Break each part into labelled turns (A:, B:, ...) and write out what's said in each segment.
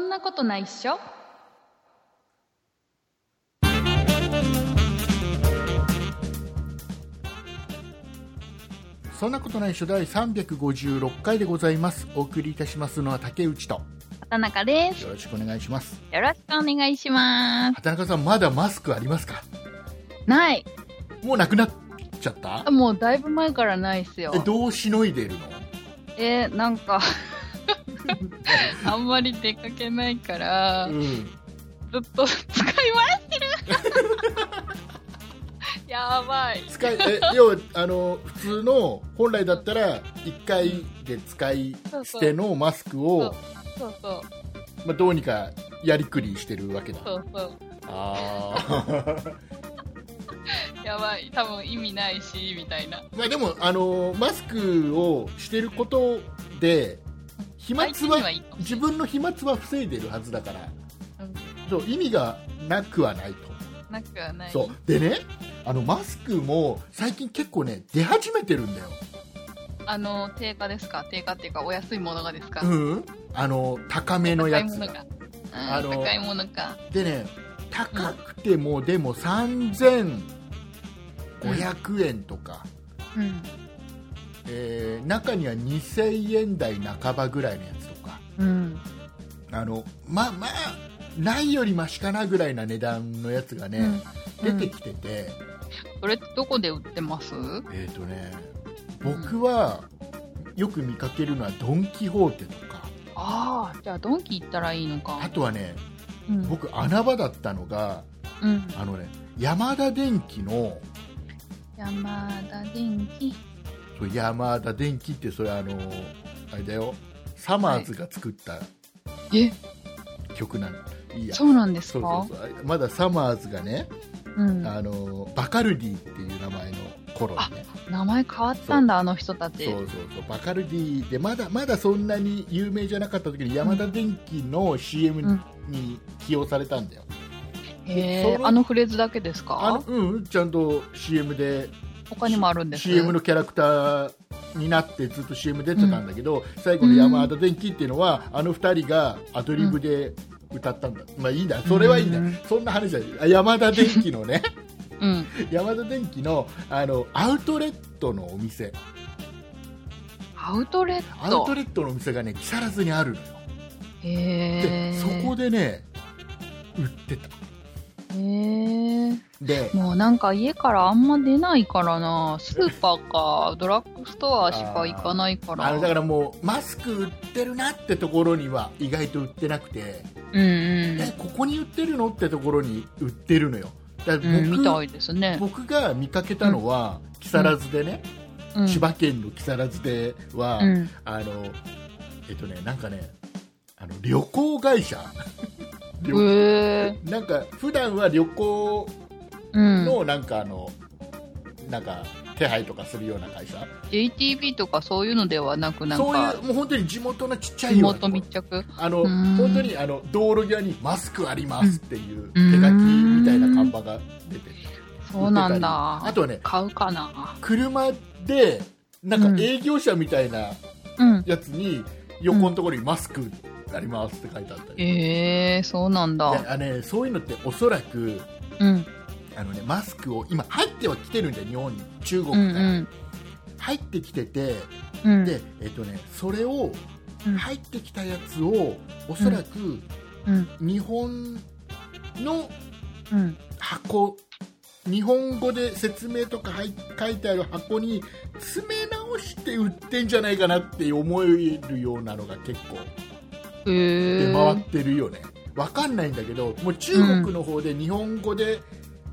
A: 内緒
B: そんなことない初第356回でございますお送りいたしますのは竹内と
A: 畑中です
B: よろしくお願いします
A: よろしくお願いします
B: 畑中さんまだマスクありますか
A: ない
B: もうなくなっちゃった
A: もうだいぶ前からないっすよ
B: えどうしのいでるの
A: えーなんか あんまり出かけないから
B: うん
A: ずっと使い回 してるやばい
B: 使いえ 要はあの普通の本来だったら1回で使い
A: そう
B: 捨
A: そ
B: て
A: う
B: のマスクを、
A: そうそう
B: まあ、どうにかやりくりしてるわけだ
A: そうそう
B: ああ
A: やばい多分意味ないしみたいな
B: まあでもあのマスクをしてることで飛沫
A: 相手には
B: はい
A: いかもし
B: 自
A: れない
B: 分の飛沫は防いでるはずだから、
A: うん
B: そう意味がなくはないと、
A: なくはない
B: そうでねあのマスクも最近結構ね出始めてるんだよ
A: あの定価ですか定価っていうかお安いものがですか、
B: うんあの高めの
A: 高い
B: や
A: も
B: つ
A: の
B: が
A: か、うん、
B: あの
A: 高いものか
B: でね高くても、でも3500円とか、
A: うん
B: えー中には2000円台半ばぐらいのやつとか
A: うん
B: あのまあまあないよりマシかなぐらいな値段のやつがね、
A: うん
B: 出てきてて、
A: それってどこで売ってます
B: えっ、とね僕はよく見かけるのはドン・キホーテとか
A: ああじゃあドンキ行ったらいいの
B: あ
A: か
B: とはね
A: うん
B: 僕穴場だったのが
A: うん
B: あのね山田電機の
A: 山田電機
B: そう山田電機ってそれあのあれだよサマーズが作った
A: え
B: 曲なの、い、いや
A: そうなんです
B: そう
A: か
B: そうそうまだサマーズがね、
A: うん
B: あのバカルディっていう名前の頃にね
A: 名前変わったんだあの人たち
B: そうそうそうバカルディでまだまだそんなに有名じゃなかった時に山田電機の CM
A: うん
B: に起用されたんだよ、
A: へ
B: で
A: え
B: その
A: あのフレーズだけです
B: あの
A: か
B: うんちゃんと CM で
A: 他にもあるんです
B: CM のキャラクターになってずっと CM 出てたんだけど、最後の山田電機っていうのは、あの2人がアドリブで歌ったんだ、まあいいんだそれはいいんだ、
A: うん
B: そんな話じゃないあ山田電機のね
A: うん
B: 山田電機のあのアウトレットのお店
A: アウトレ
B: ア
A: ッ
B: ウ
A: ト
B: トレットのお店がね木更津にあるのよ
A: へ
B: で
A: え
B: そこでね売ってた
A: へえ
B: で
A: もうなんか家からあんま出ないからなスーパーかドラッグストアしか行かないから
B: あのだからもうマスク売ってるなってところには意外と売ってなくて、
A: うんうん、
B: えここに売ってるのってところに売ってるのよだから僕,、
A: うん、みたいですね
B: 僕が見かけたのは、木更津でね、
A: うん
B: 千葉県の木更津では、
A: うん
B: あのえっとねなんかねあの旅行 会社旅行
A: へえ
B: なんか普段は旅行
A: うん
B: のなんかあの、なんか手配とかするような会社
A: JTB とかそういうのではなくなん
B: そう
A: か
B: いうもう本当に地元のちっちゃい
A: 地
B: ような
A: 元
B: ところ
A: 密着
B: あの
A: うーん
B: 本当にあの道路際にマスクありますっていう手書きみたいな看板が出てて
A: そうなん
B: あ
A: だ
B: とはね
A: 買うかな
B: 車でなんか営業者みたいな
A: うん
B: やつに横のところにマスクありますって書いてあったり、
A: ええそうなん
B: で
A: だ
B: あね、そういうのっておそらく
A: うん
B: あの、ね、マスクを今入っては来てるんだよ日本に中国
A: う
B: から、
A: ん
B: 入ってきてて
A: うんうん
B: で、えっとね、それを
A: うん
B: 入ってきたやつをおそらく
A: うん
B: 日本の
A: うん
B: 箱日本語で説明とか入っ書いてある箱に詰め直して売ってんじゃないかなって思えるようなのが結構
A: へ
B: 出
A: え
B: 回ってるよね、わかんないんだけどもう中国の方で日本語で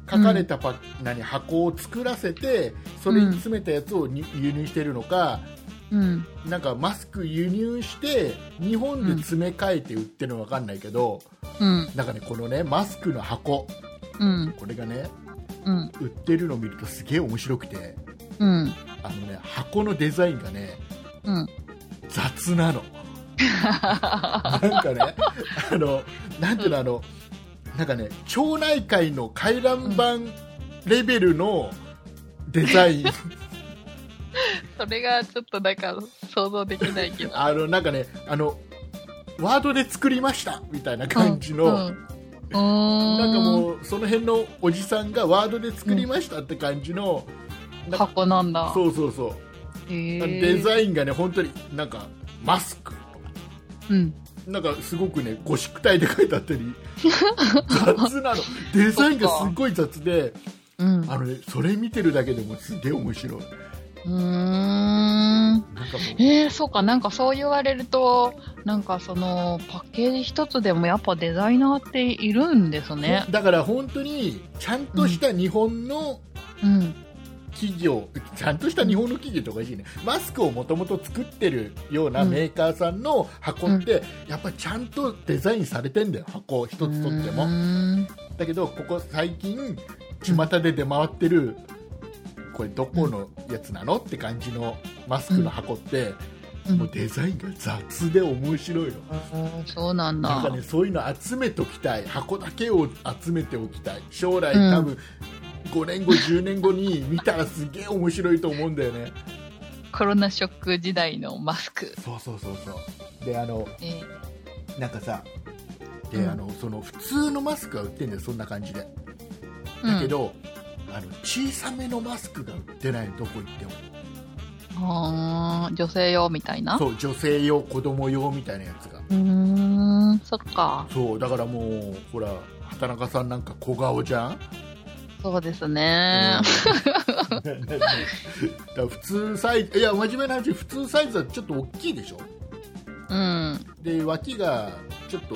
B: 書かれたパ、何箱を作らせてそれに詰めたやつをに輸入してるのか、
A: うん
B: なんかマスク輸入して日本で詰め替えて売ってるのわかんないけど、
A: うん
B: なんかねこのねマスクの箱
A: うん
B: これがね
A: うん
B: 売ってるのを見るとすげえ面白くて
A: うん
B: あのね箱のデザインがね
A: うん
B: 雑なのなんかねあのなんていうのあのなんかね町内会の回覧板レベルのデザ イン、
A: それがちょっとなんか想像できないけど。
B: あのなんかねあのワードで作りましたみたいな 感じの、
A: うんうん、
B: なんか
A: う
B: もうその辺のおじさんがワードで作りましたって感じの、
A: ーん箱なんだ
B: そうそうそう
A: へー
B: デザインがね本当になんかマスクとか
A: うん
B: なんかすごくねゴシック体で書いて あったり雑なのデザインがすごい雑で
A: うんう
B: あの、ね、それ見てるだけでもすげえ面白いなんか
A: ーん
B: もう
A: えー、そうか、なんかそう言われると、なんかそのパッケージ一つでもやっぱデザイナーっているんですね。
B: だから本当にちゃんとした日本の
A: うん。
B: 企業、ちゃんとした日本の企業っておかしいねマスクをもともと作ってるようなメーカーさんの箱って、やっぱちゃんとデザインされてんだよ箱一つとっても
A: うーん
B: だけどここ最近巷で出回ってる、これどこのやつなのって感じのマスクの箱って、
A: うん
B: もうデザインが雑で面白いの
A: うんそうなん
B: なんか
A: だ。
B: ねそういうの集めておきたい箱だけを集めておきたい将来
A: うん
B: 多分、5年後10年後に見たらすげえ面白いと思うんだよね
A: コロナショック時代のマスク。
B: そうそうそうそうであの
A: えー
B: なんかさで、
A: うん
B: あのその普通のマスクが売ってんだよそんな感じで
A: うん
B: だけど、あの小さめのマスクが売ってないのどこ行っても
A: あー女性用みたいな。う
B: そう女性用子供用みたいなやつが
A: ーん、そっか。
B: そうだからもうほら畑中さんなんか小顔じゃん、
A: そうですね。
B: うん だから普通サイズいや真面目な話普通サイズはちょっと大きいでしょ
A: うん。
B: で脇がちょっと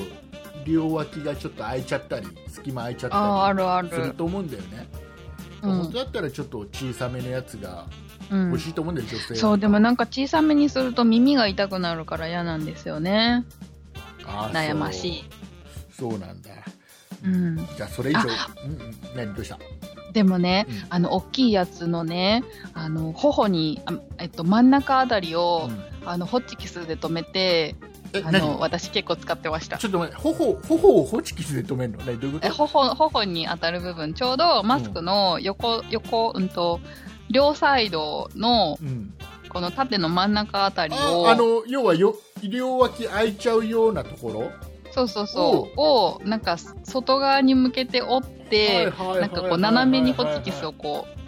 B: 両脇がちょっと開いちゃったり隙間開いちゃ
A: ああ、あ
B: った
A: るあ
B: りする
A: る。
B: と思うんだよね、
A: うん
B: 本当だったらちょっと小さめのやつが
A: うん
B: 欲しいと思うんだよ、女性は
A: そう、でもなんか小さめにすると耳が痛くなるから嫌なんですよね。
B: あー
A: 悩ましい。
B: そうそうなんだ
A: うん。
B: じゃあそれ以上うんうん何どうした
A: でもね、
B: うん
A: あの大きいやつのねあの頬にあ、えっと、真ん中あたりを、
B: うん
A: あのホッチキスで止めて
B: え
A: あ
B: 何
A: の私結構使ってました
B: ちょっと待って、頬、頬をホチキスで止めるのね、どういうこ
A: え
B: と
A: 頬頬に当たる部分ちょうどマスクの横、横うんと両サイドの
B: うん。
A: この縦の真ん中あたり
B: あ
A: を
B: あの、要はよ、両脇開いちゃうようなところ
A: そうそうそうをなんか外側に向けて折って
B: は
A: なんかこう斜めにホチキスをこう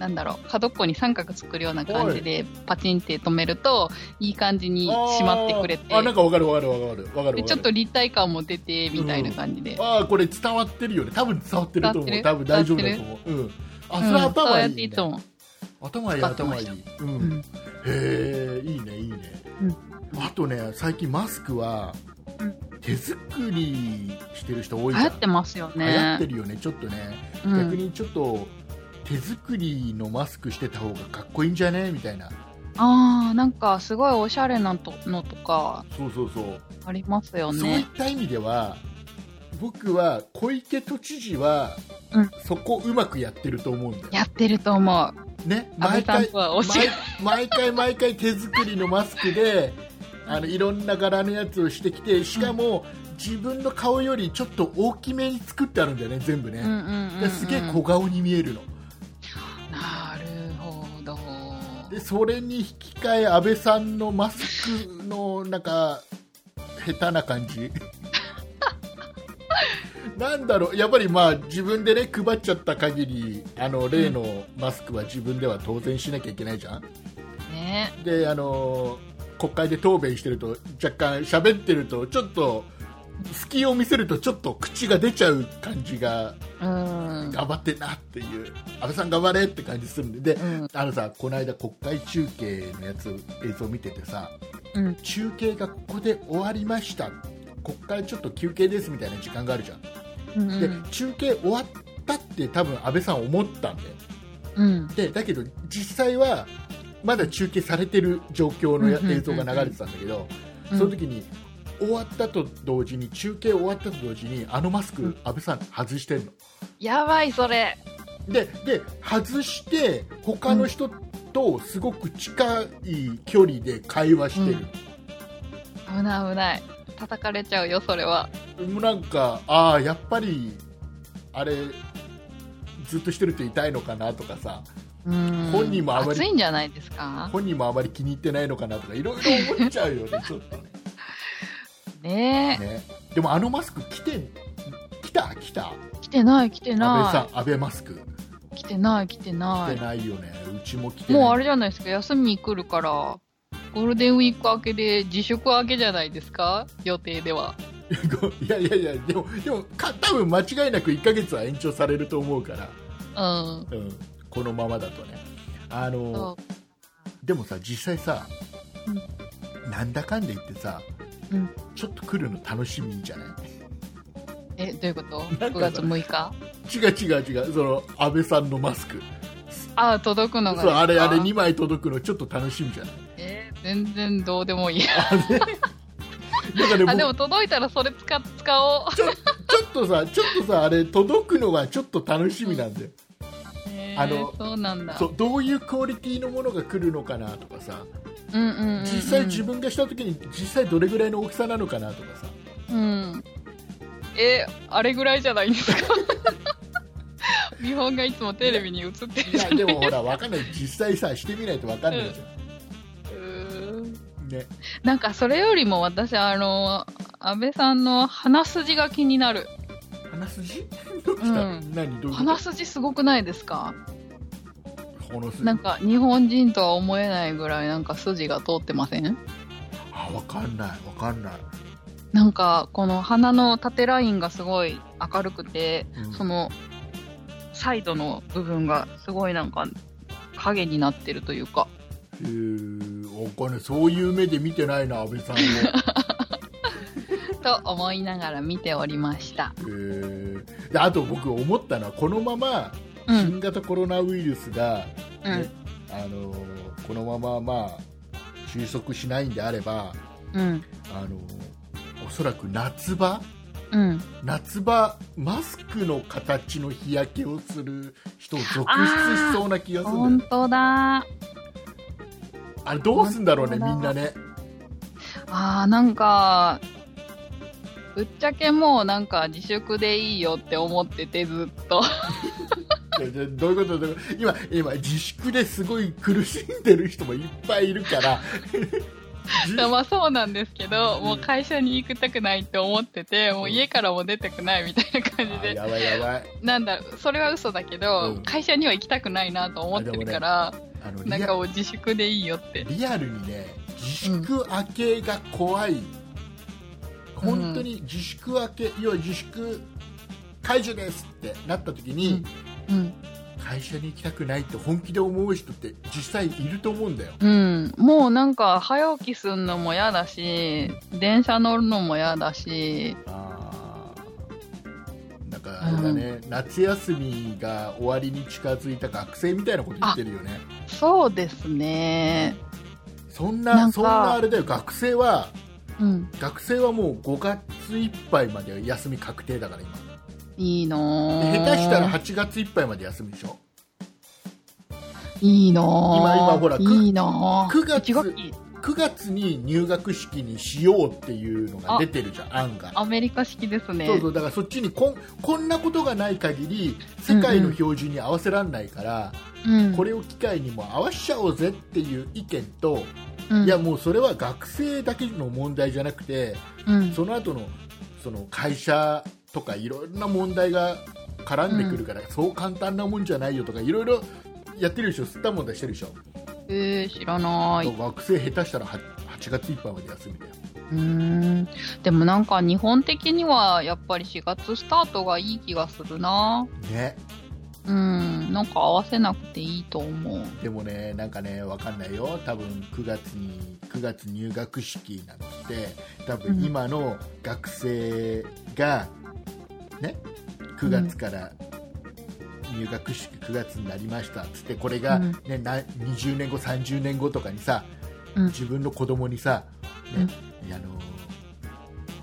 A: なんだろう角っこに三角作るような感じでパチンって止めるといい感じに締まってくれて
B: あーあ、なんかわかるわかるわかるわかる。
A: でちょっと立体感も出てみたいな感じで、
B: ああ、これ伝わってるよね。多分伝わってると思う。
A: 伝
B: 多
A: わ
B: 分
A: ってる
B: 大丈夫だと思う。うん。あ、そ
A: う
B: れは
A: んそう
B: 頭
A: や
B: い
A: っ
B: い、
A: て
B: ね
A: いつも、
B: 頭いい、
A: 使って
B: 頭
A: ま
B: い
A: し
B: い
A: た。
B: う。
A: うんん
B: へえ、いいね、いいね。あとね、最近マスクは
A: うん、
B: 手作りしてる人多い
A: 流
B: じゃん。
A: 行ってますよね
B: 流行ってるよね、ちょっとね。
A: うん
B: 逆にちょっと手作りのマスクしてた方がかっこいいんじゃねみたいな
A: ああなんかすごいおしゃれなとのとか
B: そうそうそう、
A: ありますよ
B: そういっ
A: ね
B: た意味では僕は小池都知事は、
A: うん
B: そこうまくやってると思うんだよ
A: やってると思う
B: ね
A: 安倍
B: 毎
A: さん
B: 回
A: とはおし
B: 毎毎回毎回手作りのマスクであのいろんな柄のやつをしてきてしかも自分の顔よりちょっと大きめに作ってあるんだよね全部ね、
A: うんうんうんう
B: で
A: ん
B: すげえ小顔に見えるの
A: なるほど
B: でそれに引き換え安倍さんのマスクのなんか下手な 感じなんだろうやっぱりまあ自分でね配っちゃった限りあの例のマスクは自分では当然しなきゃいけないじゃん
A: ね
B: であの国会で答弁してると若干喋ってるとちょっと隙を見せるとちょっと口が出ちゃう感じが
A: うん
B: 頑張ってんなっていう安倍さん頑張れって感じするんでで
A: うん
B: あのさこの間国会中継のやつ映像見ててさ
A: うん
B: 中継がここで終わりました国会ちょっと休憩ですみたいな時間があるじゃん、
A: うんう
B: で
A: ん
B: 中継終わったって多分安倍さん思ったんだよ
A: うん
B: でだけど実際はまだ中継されてる状況のや
A: うんうんうんうん
B: 映像が流れてたんだけど、
A: うん
B: その時に終わったと同時に中継終わったと同時にあのマスク、
A: うん
B: 安倍さん外してんの
A: やばいそれ
B: でで外して他の人とすごく近い距離で会話してる、
A: 危ない危ない叩かれちゃうよそれは
B: もうなんかああやっぱりあれずっとしてると痛いのかなとかさ
A: うん
B: 本人もあまり
A: 暑いんじゃないですか
B: 本人もあまり気に入ってないのかなとかいろいろ思っちゃうよねちょっとね
A: ね
B: ね、でもあのマスク来て来た来た
A: 来てない来て
B: 安倍
A: な
B: さん安倍マスク
A: い来てない来てな
B: 来
A: い
B: てないよね、うちも来てない
A: もうあれじゃないですか休み来るからゴールデンウィーク明けで自粛明けじゃないですか予定では
B: いやいやいやでもでもか多分間違いなく1ヶ月は延長されると思うから、
A: うん
B: うん、このままだとねあの
A: そ
B: でもさ実際さ、なんだかんで言ってさ、
A: うん
B: ちょっと来るの楽しみじゃない
A: うんえどういうこと
B: かさ
A: ?9 月6日
B: 違う違う違うその安倍さんのマスク
A: ああ届くのが
B: そうあれ
A: です
B: あ
A: か
B: れ2枚届くのちょっと楽しみじゃない
A: えー全然どうでもいい
B: だからね
A: あ
B: 僕
A: でも届いたらそれ使使おう
B: ちょっとさちょっとさあれ届くのがちょっと楽しみなんだよ、あの
A: えーそうなんだ
B: そうどういうクオリティのものが来るのかなとかさ
A: うんうんうんうん
B: 実際自分がした時に実際どれぐらいの大きさなのかなとかさ
A: うん。え、あれぐらいじゃないですか。 日本がいつもテレビに映ってる
B: い
A: じゃ
B: や
A: ん。う
B: でもほらわかんない実際さしてみないとわかんないじゃ
A: ーん
B: ん、ね
A: なんかそれよりも私、あの、安倍さんの鼻筋が気になる。
B: 鼻筋どうした、
A: うん
B: 何どういうこと
A: 鼻筋すごくないですか
B: 鼻筋
A: なんか日本人とは思えないぐらいなんか筋が通ってません
B: あわかんないわかんない、
A: なんかこの鼻の縦ラインがすごい明るくて、
B: うん
A: そのサイドの部分がすごいなんか影になってるというか。
B: えー、わかんないそういう目で見てないな安倍さんを、
A: と思いながら見ておりました。
B: えー、であと僕思ったのはこのまま
A: うん、うん、
B: 新型コロナウイルスが、
A: う
B: ね
A: ん、
B: あのーこのまままあ収束しないんであれば
A: うん、
B: あのおそらく夏場夏場マスクの形の日焼けをする人続出しそうな気がする
A: 本
B: んだよ
A: 当だ。
B: あれどうすんだろうねみ
A: 本
B: ん
A: 当だ
B: なね
A: あーなんか、ぶっちゃけもうなんか自粛でいいよって思っててずっ と。
B: ででどういうことどういうこと今今自粛ですごい苦しんでる人もいっぱいいるから 自
A: まあそうなんですけど、もう会社に行きたくないって思ってて、もう家からも出てくないみたいな感じ
B: あ
A: で、
B: やばいやばい
A: なんだ、それは嘘だけど、
B: うん
A: 会社には行きたくないなと思ってるから、
B: あの
A: なん
B: リ
A: か
B: ア
A: もう自粛でいいよって。
B: リアルにね自粛明けが怖い、本当に自粛明け要は自粛解除ですってなった時に、
A: うんうん。
B: 会社に行きたくないって本気で思う人って実際いると思うんだよ
A: うん、もうなんか早起きすんのも嫌だし電車乗るのも嫌だし
B: あなんかあれだね、夏休みが終わりに近づいた学生みたいなこと言ってるよね
A: そうですね
B: そん
A: な
B: な
A: か
B: んそんなあれだよ学生は
A: うん
B: 学生はもう5月いっぱいまで休み確定だから今
A: いいの
B: で下手したら8月いっぱいまで休みでしょ
A: いいの
B: 今今ほらく
A: いいの
B: 9月
A: 1学期
B: 9月に入学式にしようっていうのが出てるじゃん案が
A: アメリカ式ですね
B: そうそうだからそっちにこんこんなことがない限り世界の標準に合わせられないから、
A: うん、
B: これを機会にもう合わしちゃおうぜっていう意見と、
A: うん
B: いやもうそれは学生だけの問題じゃなくて
A: うん
B: その後のその会社とかいろんな問題が絡んでくるから、そう簡単なもんじゃないよとかいろいろやってるでしょ吸ったもんだしてるでしょ、
A: えー知らない
B: 学生下手したら 8, 8月いっぱいまで休みだよ
A: うーんでもなんか日本的にはやっぱり4月スタートがいい気がするな
B: ね
A: うんなんか合わせなくていいと思う
B: でもね、なんかね、わかんないよ、多分9月に9月入学式なんて、多分今の学生が、ね、9月から入学式、9月になりましたっつって、これが、
A: うん
B: ねな20年後、30年後とかにさ、
A: うん
B: 自分の子供にさ、ねあの、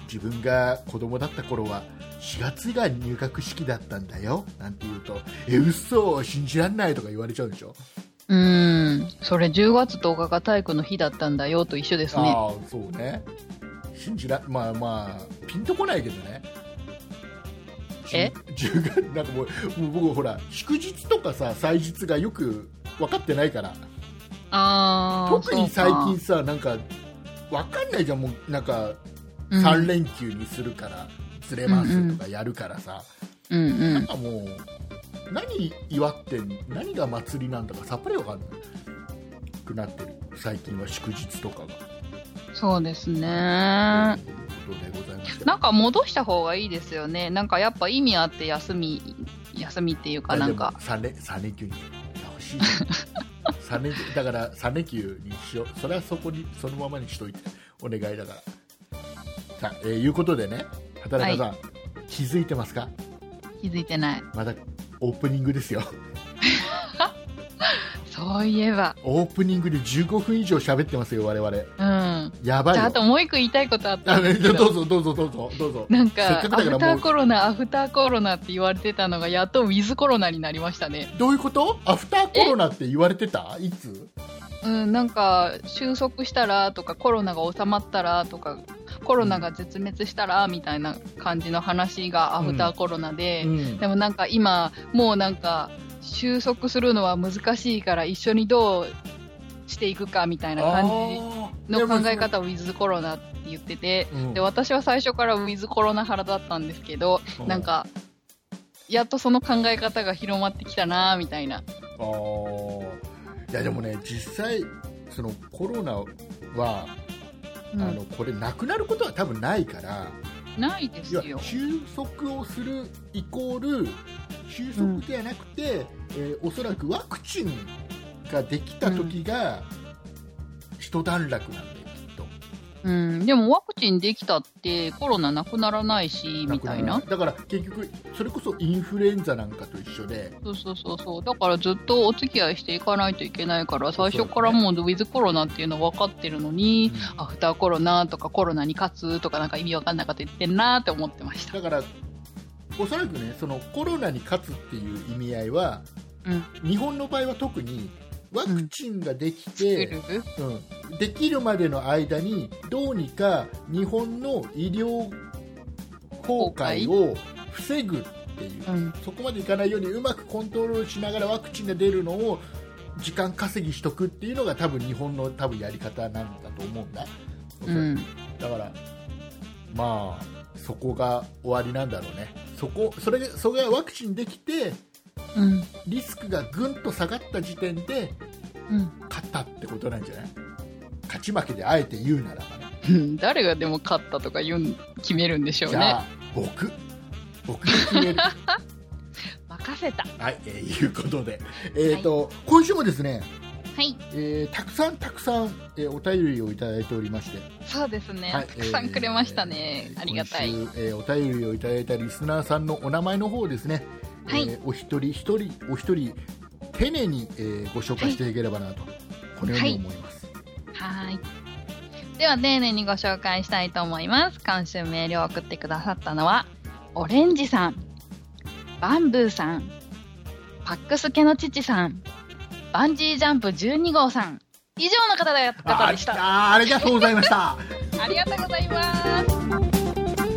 B: 自分が子供だった頃は、4月が入学式だったんだよなんて言うと、え、嘘信じらんないとか言われちゃうでしょ。
A: うーん、それ10月10日が体育の日だったんだよと一緒ですね。
B: ああそうね信じらまあまあピンとこないけどね
A: え
B: じゅ10月なんかもうもう僕ほら祝日とかさ祭日がよく分かってないから
A: あー
B: 特に最。
A: そう
B: 近さなんか分かんないじゃんもうなんか
A: うん
B: 3連休にするから釣れますとかやるからさ、
A: うんう
B: なん
A: ん。
B: かもう何祝ってん何が祭りなんだかさっぱりわかんないくなってる最近は祝日とか
A: そうですね。
B: が、
A: な
B: ということでございまして
A: んか戻した方がいいですよね。なんかやっぱ意味あって休み、休みっていうかなんか。
B: 3連三連休に 欲しい三連休だから3連休にしようそれはそこにそのままにしといてお願いだからさあ、えーいうことでね畑中さん、気づいてますか
A: 気づいてない。
B: またオープニングですよ
A: そういえば。
B: オープニングで15分以上喋ってますよ我々
A: うん。
B: やばい
A: じゃ
B: よ
A: あ、あともう一個言いたいことあった
B: あ
A: んで
B: ね
A: すけ
B: ど
A: ど。
B: うぞどうぞどうぞどうぞ
A: なん
B: せ
A: か、
B: っ
A: ア
B: か
A: フ
B: くだから
A: タ
B: も
A: ーコロナ、アフターコロナって言われてたのが、やっとウィズコロナになりましたね。
B: どういうことアフターコロナって言われてたいつ
A: うん、なんか、収束したらとか、コロナが収まったらとか、コロナが絶滅したらみたいな感じの話がアフターコロナで、
B: うん
A: でもなんか今、もうなんか、収束するのは難しいから、一緒にどうしていくかみたいな感じ
B: じ
A: の考え方をウィズコロナって言ってて、で、私は最初からウィズコロナ派だったんですけど、なんか、やっとその考え方が広まってきたなみたいな。
B: あーいやでもね実際そのコロナは、
A: うん
B: あのこれなくなることは多分ないから
A: ないです
B: いや
A: よ。
B: 収束をするイコール収束ではなくて、えーおそらくワクチンができた時が、一段落なんだよきっと
A: うん、でもワクチンできたってコロナなくならないし、みたいな。
B: だから結局それこそインフルエンザなんかと一緒で
A: そうそうそうそう。だからずっとお付き合いしていかないといけないから、最初からもうウィズコロナっていうの分かってるのに、アフターコロナとかコロナに勝つとかなんか意味わかんなかった言ってんなーって思ってました。
B: だからおそらくねそのコロナに勝つっていう意味合いは、日本の場合は特にワクチンができ
A: ぐ
B: て
A: る、ぐる
B: うんできるまでの間にどうにか日本の医療崩壊を防ぐっていう、
A: うん。
B: そこまでいかないようにうまくコントロールしながらワクチンが出るのを時間稼ぎしとくっていうのが多分日本の多分やり方なんだと思うんだ、
A: うん。
B: だからまあそこが終わりなんだろうねそこそれそれがワクチンできて
A: うん。
B: リスクがぐんと下がった時点で
A: うん
B: 勝ったってことなんじゃない勝ち負けであえて言うならばね
A: うん。誰がでも勝ったとか言うん、決めるんでしょう
B: じゃ
A: ね。
B: あ僕僕が決め る
A: 任せた。
B: はい、えーいうことで、えーと今週もですね、
A: はい。
B: えーたくさんたくさん、えーお便りをいただいておりまして
A: そうですね。
B: はい
A: たくさんくれましたね。
B: えー
A: ありがたい。
B: 今週えーお便りをいただいたリスナーさんのお名前の方をですね、
A: はい
B: えーお一人一人お一人丁寧に、えーご紹介していければなと、このように思います、
A: はい。では、丁寧にご紹介したいと思います。今週メールを送ってくださったのは、オレンジさん、バンブーさん、パックスケの父さん、バンジージャンプ12号さん、以上の方だ方
B: あ
A: で
B: ー
A: し
B: 来
A: た。あ
B: たありがとうございました
A: りがとうございます。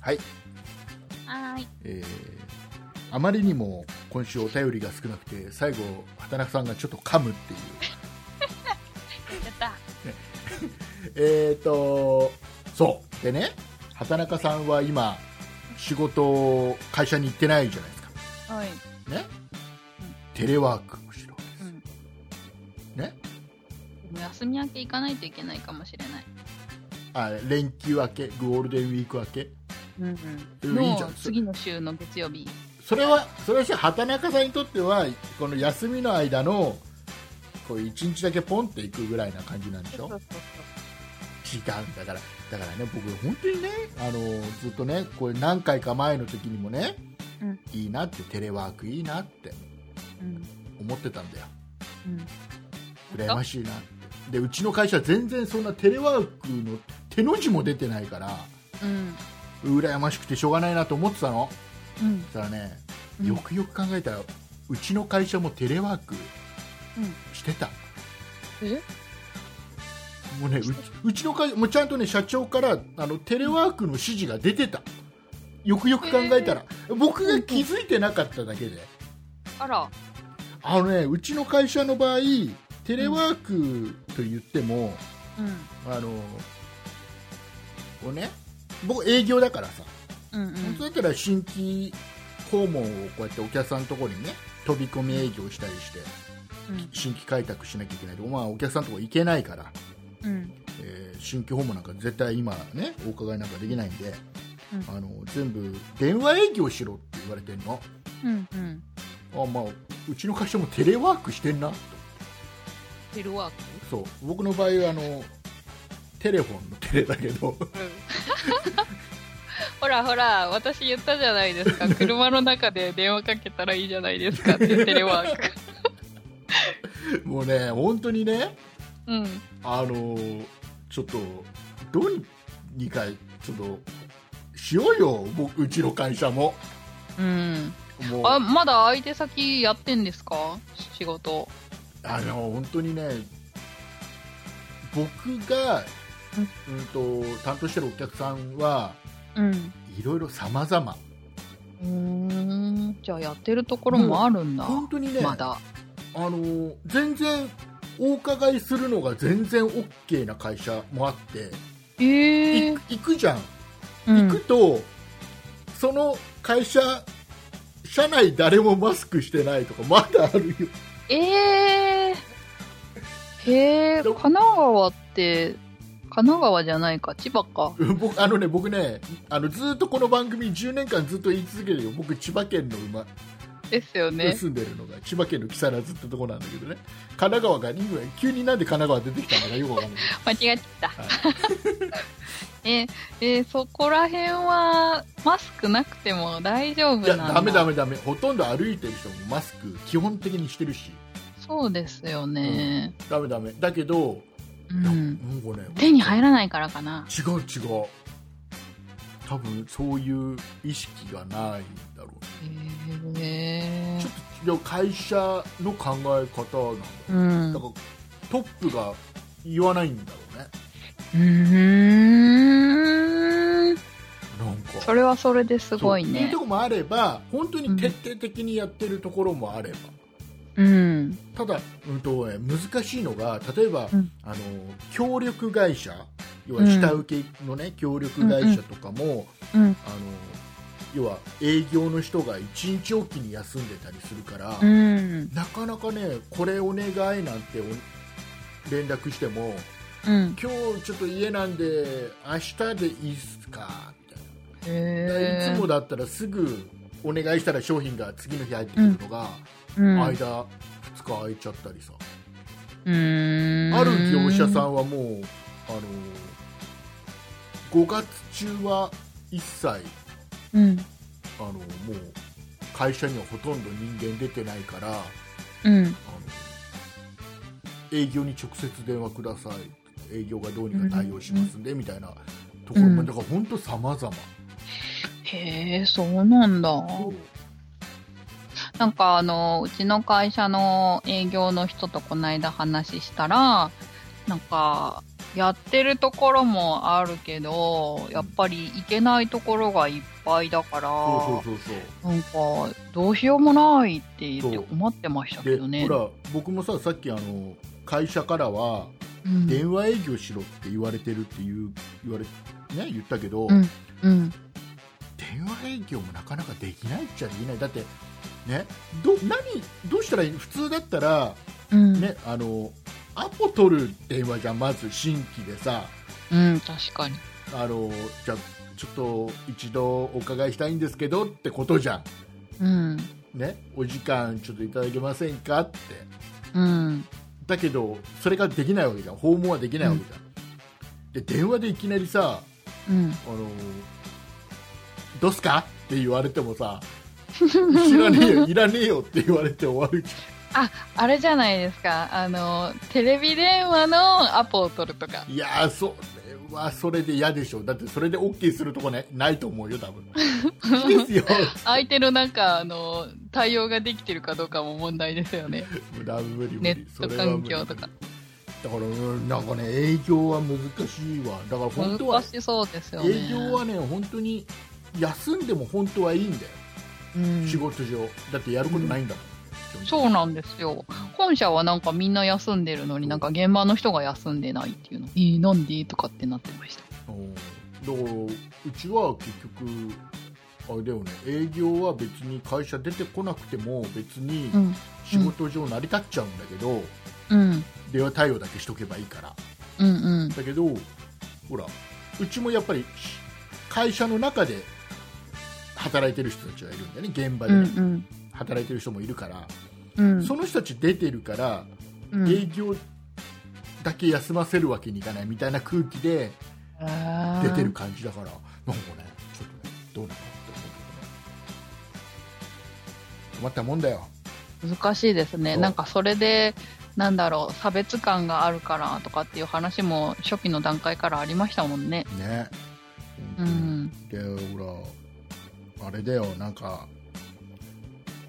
B: はい、
A: はい。
B: えーあまりにも今週お便りが少なくて最後畑中さんがちょっと噛むっていう
A: やった。
B: えーとそうでね畑中さんは今仕事会社に行ってないじゃないですか
A: はい。
B: ね
A: うん
B: テレワークをしろ
A: うん。
B: ね
A: でも休み明け行かないといけないかもしれない。
B: あ連休明けゴールデンウィーク明け
A: うん
B: うんいい
A: の
B: じゃん
A: 次の週の月曜日。
B: それはそれは畑中さんにとってはこの休みの間のこう1日だけポンっていくぐらいな感じなんでしょ
A: そうそう
B: 違うんだからだからね僕本当にねあのずっとねこれ何回か前の時にもね、
A: うん
B: いいなってテレワークいいなって
A: そう。うん。
B: 思ってたんだよ
A: うん。
B: 羨ましいなってでうちの会社全然そんなテレワークの手の字も出てないから
A: うん。
B: 羨ましくてしょうがないなと思ってたの
A: うん
B: だからね
A: うん
B: よくよく考えたら、うちの会社もテレワークしてた、
A: え
B: もうねうちうちの会社もうちゃんとね社長からあのテレワークの指示が出てたよくよく考えたら、僕が気づいてなかっただけで、
A: あら
B: あのねうちの会社の場合テレワークと言っても、
A: うん
B: あのこうね僕営業だからさ、
A: うんうん
B: 本当だったら新規訪問をこうやってお客さんのところにね飛び込み営業したりして
A: うん
B: 新規開拓しなきゃいけないと、まあ、お客さんのとこ行けないから、
A: うん
B: えー新規訪問なんか絶対今ねお伺いなんかできないんで、
A: う
B: あの全部電話営業しろって言われてんの
A: うんうん
B: あ、まあ、うちの会社もテレワークしてんな
A: テレワーク
B: そう僕の場合はあのテレフォンのテレだけど
A: ほらほら、私言ったじゃない ですか。車の中で電話かけたらいいじゃないですかって、テレワー ク。
B: もうね本当にね
A: うん。
B: あのーちょっとどうにかちょっとしようよ僕うちの会社も
A: うん。
B: もう
A: あ、
B: あ
A: まだ相手先やってんですか仕事。
B: の本当にね僕が、うん、と担当してるお客さんは
A: うん。
B: いろいろ様々
A: うん。じゃあやってるところもあるんだ。
B: 本当にね、
A: まだ。
B: あのー全然お伺いするのが全然 OK な会社もあって、
A: ええ
B: い行くじゃん
A: う
B: 行くと、その会社社内誰もマスクしてないとかまだあるよ
A: ええへえ、
B: ど
A: 神奈川って、神奈川じゃないか、千葉か。
B: 僕あのね僕ねあのずっとこの番組10年間ずっと言い続けるよ僕千葉県の馬、
A: ですよね。
B: 住んでるのが千葉県の木更津ってとこなんだけどね神奈川が今急になんで神奈川出てきたのかよくわか んない
A: 間違えてた。 え、え、そこら辺は、マスクなくても大丈夫
B: いや
A: なんだ。
B: ダメダメダメほとんど歩いてる人もマスク基本的にしてるし
A: そうですよね。
B: ダメダメだけど、
A: うん。
B: なんかね
A: 手に入らないからかな。
B: 違う違う多分そういう意識がないんだろう
A: へ
B: ちょっいや会社の考え方なん
A: え。うん。
B: だ,、だ
A: う
B: からトップが言わないんだろうね
A: ーん。
B: なんか
A: それはそれですごい
B: そういう
A: ね
B: と。こもあれば本当に徹底的にやってるところもあれば、
A: うん。
B: ただ、うんとね難しいのが例えば、
A: うん
B: あの協力会社要は下請けのね、協力会社とかも、
A: うん。
B: あの要は営業の人が1日おきに休んでたりするから、
A: うん。
B: なかなかねこれお願いなんてお連絡しても
A: うん。
B: 今日ちょっと家なんで明日でいいっすかみたいな
A: へえ
B: いつ。もだったらすぐお願いしたら商品が次の日入ってくるのが、
A: うん
B: 間2日空いちゃったりさ、
A: うーん
B: ある業者さんはもうあの5月中は一切あ
A: うん。
B: のもう会社にはほとんど人間出てないからあ
A: うん。
B: の営業に直接電話ください営業がどうにか対応しますんで、みたいなところも、
A: うん
B: だから本当様々
A: へえ、そうなんだ。なんかあの、うちの会社の営業の人とこないだ話したら、なんか、やってるところもあるけど、やっぱり行けないところがいっぱいだから、
B: そうそうそうそう
A: なんか、どうしようもないって言って
B: そう
A: 困ってましたけ
B: で
A: どね。
B: ほら僕もささっきあの会社からは
A: うん、
B: 電話営業しろって言われてるっていう言われね言ったけ
A: う
B: ど、
A: んうん。
B: 電話営業もなかなかできないっちゃできないだってねど何どうしたらいい普通だったら
A: うん。
B: ね、あのアポ取る電話じゃんまず新規でさ
A: うん、確かに。
B: あのじゃあちょっと一度お伺いしたいんですけどってことじゃ
A: うん。
B: んねお時間ちょっといただけませんかって
A: うん。
B: だけどそれができないわけじゃん訪問はできないわけじゃん、で電話でいきなりさ
A: うん。
B: 「あのどうすか?」って言われてもさ「知らねえよいらねえよ」って言われて終わるじ
A: あれじゃないですか。あの、テレビ電話のアポを取るとか
B: ゃ。んいやーそうねはそれで嫌でしょだってそれで OK するとこねないと思うよ多 分いいですよ
A: 相手のなんかあの対応ができてるかどうかも問題ですよね
B: 無駄無理無理
A: ネット環境とか
B: それは無理だからうんなんかね営業は難しいわだから本当は
A: 難しそうですよね
B: 営業はね本当に休んでも本当はいいんだよ、
A: うん
B: 仕事上だってやることないんだもん、基
A: そうなんですよ本社はなんかみんな休んでるのになんか現場の人が休んでないっていうの「えー、なんで?」とかってなってました
B: 本だからうちは結局あれだよね営業は別に会社出てこなくても別に
A: うん
B: 仕事上成り立っちゃうんだけど、
A: うん
B: 電話対応だけしとけばいいから
A: うんうん
B: だけどほらうちもやっぱりし会社の中で働いてる人たちがいるんだよね現場で
A: うん
B: 働いてる人もいるから、
A: うんうん
B: その人たち出てるから、
A: うん
B: 営業だけ休ませるわけにいかないみたいな空気で出てる感じだから、なんかねちょっとねどうなのって思うけどね困ったもんだよ
A: 難しいですね
B: そう
A: なんかそれでなんだろう差別感があるからとかっていう話も初期の段階からありましたもんね
B: ね、
A: うん
B: でほらあれだよなんか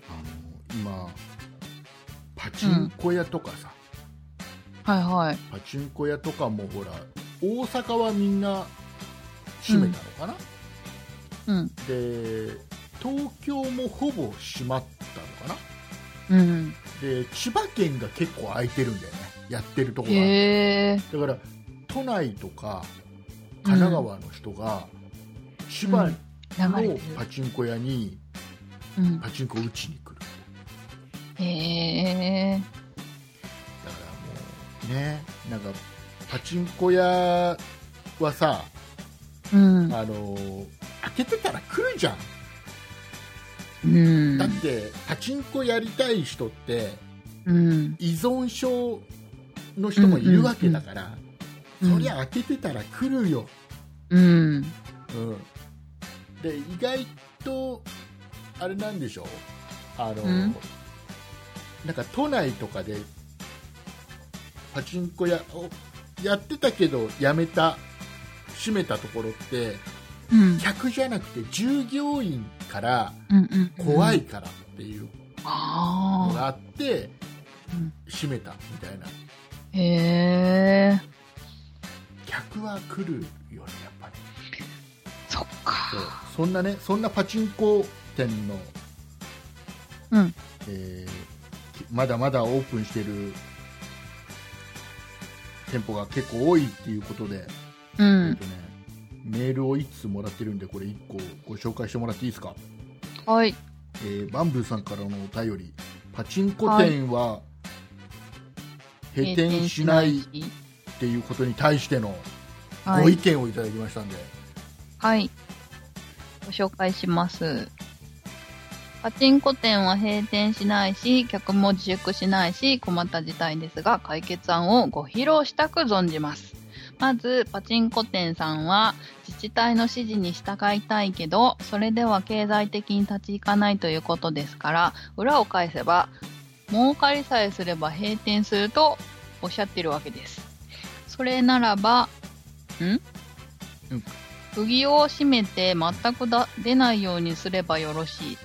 B: あの今パチンコ屋とかさ、
A: はいはい
B: パチンコ屋とかもほら大阪はみんな閉めたのかな、
A: うん
B: で東京もほぼ閉まったのか
A: うん
B: なで千葉県が結構空いてるんだよねやってるとこが、
A: へえ
B: だから都内とか神奈川の人が千葉
A: 流れ
B: の
A: て
B: パチンコ屋に
A: る、うん、
B: パチンコ打ちに来る
A: へえ
B: だからもうねなんかパチンコ屋はさ、
A: うん
B: あのー開けてたら来るじゃん、
A: うん
B: だってパチンコやりたい人って
A: うん
B: 依存症の人もいるわけだから、
A: うん
B: そりゃ開けてたら来るよ、
A: うん
B: うん、で意外とあれなんでしょうあのー、
A: うん
B: なんか都内とかでパチンコ屋をやってたけどやめた閉めたところって
A: うん
B: 客じゃなくて従業員から
A: うんうん
B: 怖いからっていうの
A: あ
B: があって
A: あうん
B: 閉めたみたいな
A: へえ
B: 客は来るよねやっぱり
A: そっか
B: そうそんなねそんなパチンコ店の、
A: うん
B: えーきまだまだオープンしてる店舗が結構多いっていうことで、
A: う
B: えー
A: ん
B: とね、メールを1通もらってるんでこれ1個ご紹介してもらっていいですか、
A: はい
B: えーバンブーさんからのお便りパチンコ店は閉店しないっ
A: 閉店して
B: いうことに対しての
A: ないは
B: ご意
A: い、
B: 見をいただきましたんで、
A: はい、ご紹介しますパチンコ店は閉店しないし客も自粛しないし困った事態ですが解決案をご披露したく存じますまずパチンコ店さんは自治体の指示に従いたいけどそれでは経済的に立ち行かないということですから裏を返せば儲かりさえすれば閉店するとおっしゃってるわけですそれならばん
B: うん
A: 釘を閉めて全くだ出ないようにすればよろしい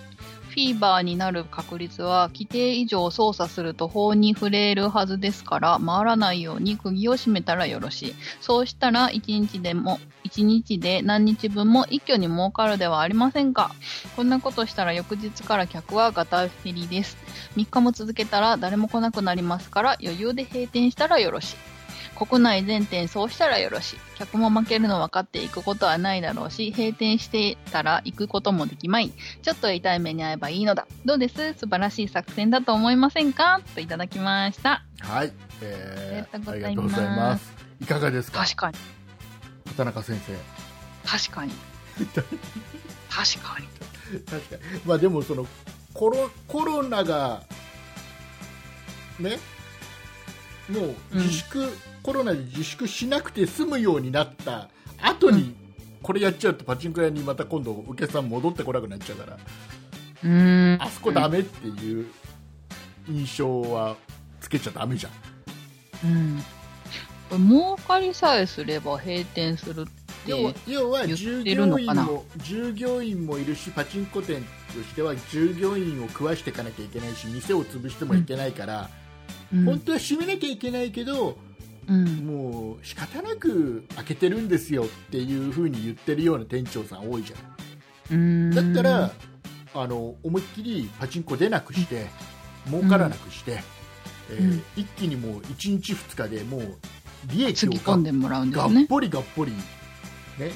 A: フィーバーになる確率は規定以上操作すると法に触れるはずですから回らないように釘を閉めたらよろしいそうしたら1日でも1日で何日分も一挙に儲かるではありませんかこんなことしたら翌日から客はガタ減りです3日も続けたら誰も来なくなりますから余裕で閉店したらよろしい国内全店そうしたらよろしい客も負けるの分かっていくことはないだろうし閉店してたら行くこともできまいちょっと痛い目に遭えばいいのだどうです素晴らしい作戦だと思いませんかといただきました
B: はい、え
A: あ
B: ーあ
A: り
B: り
A: がとう
B: がとう
A: ご
B: ご
A: ざ
B: ざ
A: い
B: い
A: ま
B: ますすいかがですか
A: 確かに
B: 畑中先生
A: 確 かに確かに
B: 確かにまあでもそのコロコロナがねもう自粛、コロナで自粛しなくて済むようになった後
A: う
B: にこれやっちゃうとパチンコ屋にまた今度お客さん戻ってこなくなっちゃうから、
A: うーん
B: あそこダメっていう印象はつけちゃダメじゃん
A: うんこれ儲かりさえすれば閉店するって
B: 要は要は従
A: 言ってるの
B: 業
A: か
B: 員
A: な
B: も従業員もいるしパチンコ店としては従業員を食わしていかなきゃいけないし店を潰してもいけないから、
A: うん
B: 本当は閉めなきゃいけないけど
A: うん
B: もう仕方なく開けてるんですよっていう風に言ってるような店長さん多いじゃ
A: うん
B: んだったら、あの思いっきりパチンコ出なくして、儲からなくして、えー
A: うん
B: 一気にもう1日2日でもう利益
A: つ
B: を
A: ぎ
B: が
A: 込んでもらうんです
B: がっ
A: ね
B: ぽりがっぽり、ね、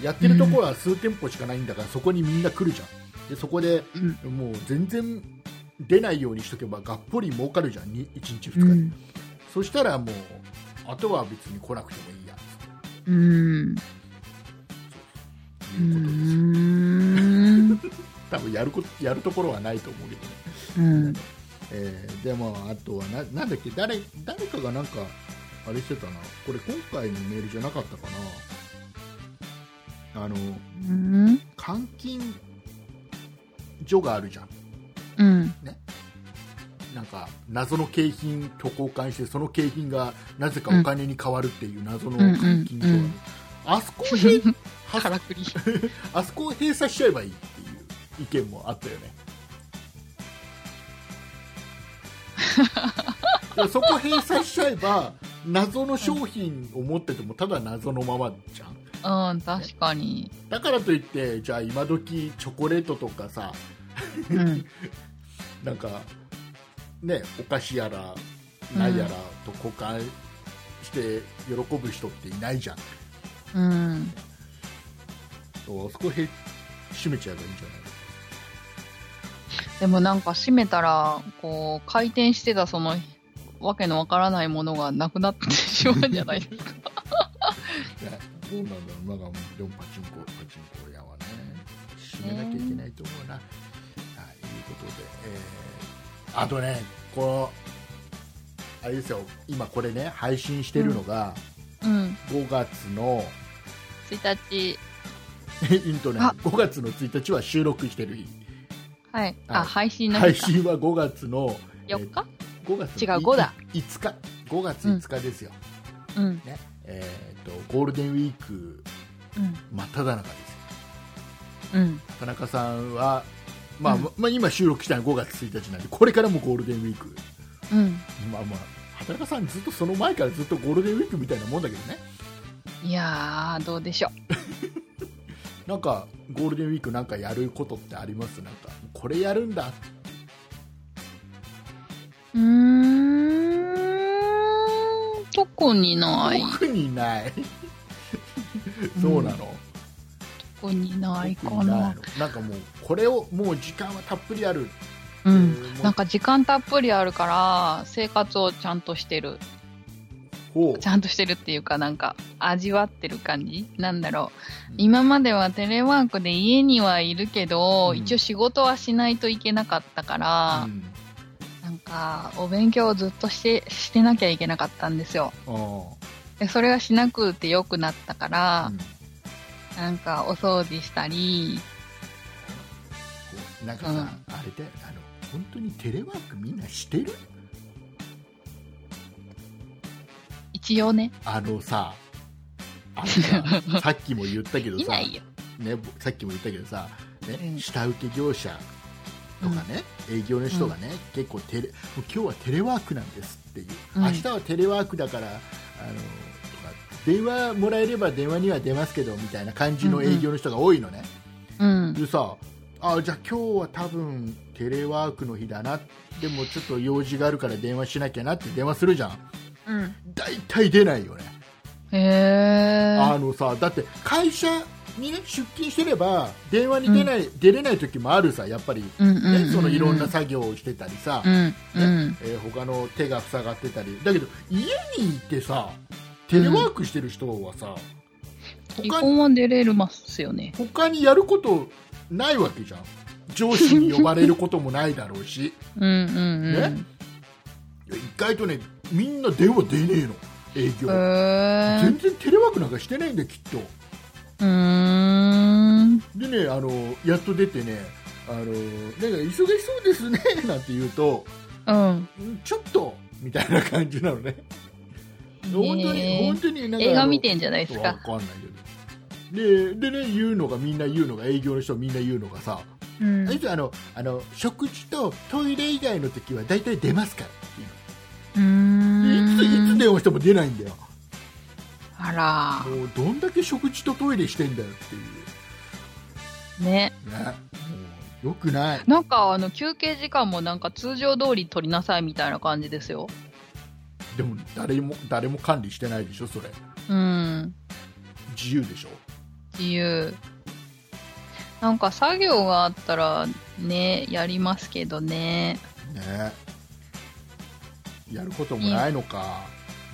B: やってるところは数店舗しかないんだから、そこにみんな来るじゃんでそこで
A: うん
B: もう全然出ないようにしとけばがっぽり儲かるじゃんに1日2日で、
A: うん
B: そしたらもうあとは別に来なくてもいいや
A: うん
B: と
A: う
B: いうことですよ
A: ん
B: 多分やることやるところはないと思うけどね、
A: うん
B: えーでもあとはななんだっけ誰誰かがなんかあれしてたなこれ今回のメールじゃなかったかなあの
A: うん
B: 監禁所があるじゃん
A: うん
B: なんか謎の景品と交換してその景品がなぜかお金に変わるっていう謎の換金と、
A: うんうんうん
B: あそこをへ
A: か
B: あ
A: らくり
B: あそこを閉鎖しちゃえばいいっていう意見もあったよねいやそこ閉鎖しちゃえば謎の商品を持っててもただ謎のままじゃん
A: うん確かに
B: だからといってじゃあ今時チョコレートとかさ
A: うん
B: なんかねお菓子やらないやらと交換して喜ぶ人っていないじゃん、
A: うん
B: そうあそこへ閉めちゃえばいいんじゃない
A: でもなんか閉めたらこう回転してたそのわけのわからないものがなくなってしまうんじゃないですか
B: ねどうなんだろうなんかでもパチンコパチンコ屋はね閉めなきゃいけないと思うな、はいいうことで、えーあとねこのあれですよ今これね配信してるのが
A: うん
B: 5月 の、
A: 1日
B: イントね
A: あ
B: 5月の1日は収録してる日
A: はいあ
B: はい
A: 配信の
B: 配
A: 日か
B: 信は5月の
A: 4日
B: 5月
A: 違う
B: の
A: 5だ
B: い5日5月5日ですよ、
A: うん
B: ねえー、とゴールデンウィーク
A: うん
B: 真っ只中ですよ
A: うん
B: 田中さんは、まあ
A: うん
B: ままあ、今収録したのは5月1日なんでこれからもゴールデンウィーク
A: うん
B: まあまあ畑中さんずっとその前からずっとゴールデンウィークみたいなもんだけどね
A: いやーどうでしょ
B: なんかゴールデンウィークなんかやることってありますなんかこれやるんだ
A: ううーん特にない
B: 特にないそうなの、
A: 特にないか
B: 特に
A: ない
B: のなんかもうこれをもう時間はたっぷりある
A: うんなんか時間たっぷりあるから生活をちゃんとしてる
B: ほう
A: ちゃんとしてるっていうかなんか味わってる感じなんだろう
B: うん
A: 今まではテレワークで家にはいるけど、
B: うん
A: 一応仕事はしないといけなかったから
B: う、ん
A: なんかお勉強をずっとしてしてなきゃいけなかったんですよ
B: あ
A: でそれがしなくて良くなったか
B: あ
A: ら
B: うん、
A: なんかお掃除したり
B: こうなんかさ、
A: うん
B: あれであの本当にテレワークみんなしてる
A: 一応ね
B: あのさあの ささっきも言ったけど
A: い
B: さ
A: ないよ
B: ね、ぼさっきも言ったけどさ、ね
A: うん
B: 下請け業者とかね、営業の人がね、結構テレもう今日はテレワークなんですっていう、
A: うん
B: 明日はテレワークだからあのとか電話もらえれば電話には出ますけどみたいな感じの営業の人が多いのね。
A: うん
B: でさあじゃあ今日は多分テレワークの日だなでもちょっと用事があるから電話しなきゃなって電話するじゃん
A: うん
B: 大体出ないよね、
A: へえ
B: あのさだって会社に、ね、出勤してれば電話に出ない、出れない時もあるさやっぱり、ね
A: うんうんうんうん
B: そのいろんな作業をしてたりさ、
A: うんうん
B: えー他の手が塞がってたりだけど家にいてさテレワークしてる人はさ、
A: 基
B: 他に
A: 本は出れますよね
B: 他にやることないわけじゃん上司に呼ばれることもないだろ うし
A: うんうんうん
B: ねいや意外とねみんな電話出ねえの営業、
A: へえ
B: 全然テレワークなんかしてないんだよきっと
A: うーん。
B: でねあのやっと出てねあのなんか忙しそうですね なんて言うと
A: うん。
B: んちょっとみたいな感じなのね
A: へ
B: 本当に
A: へー
B: 本当になんか
A: 映
B: あ
A: 画
B: の
A: 見てんじゃないです
B: わ
A: か。
B: かんないけどででね言うのがみんな言うのが営業の人みんな言うのがさ、
A: うん
B: あいつあのあの食事とトイレ以外の時は大体出ますからっていう
A: うー
B: のでいついつ
A: ん。
B: 電話しても出ないんだよ
A: あ
B: もうどんだけ食事とトイレしてんだよってい
A: ら、ね。
B: うねもうよくない
A: なんかあの休憩時間もなんか通常通り取りなさいみたいな感じですよ。
B: でも誰も誰も管理してないでしょそれ
A: うん。
B: 自由でしょ
A: 自由。なんか作業があったらね、やりますけどね。
B: ねやることもないのか、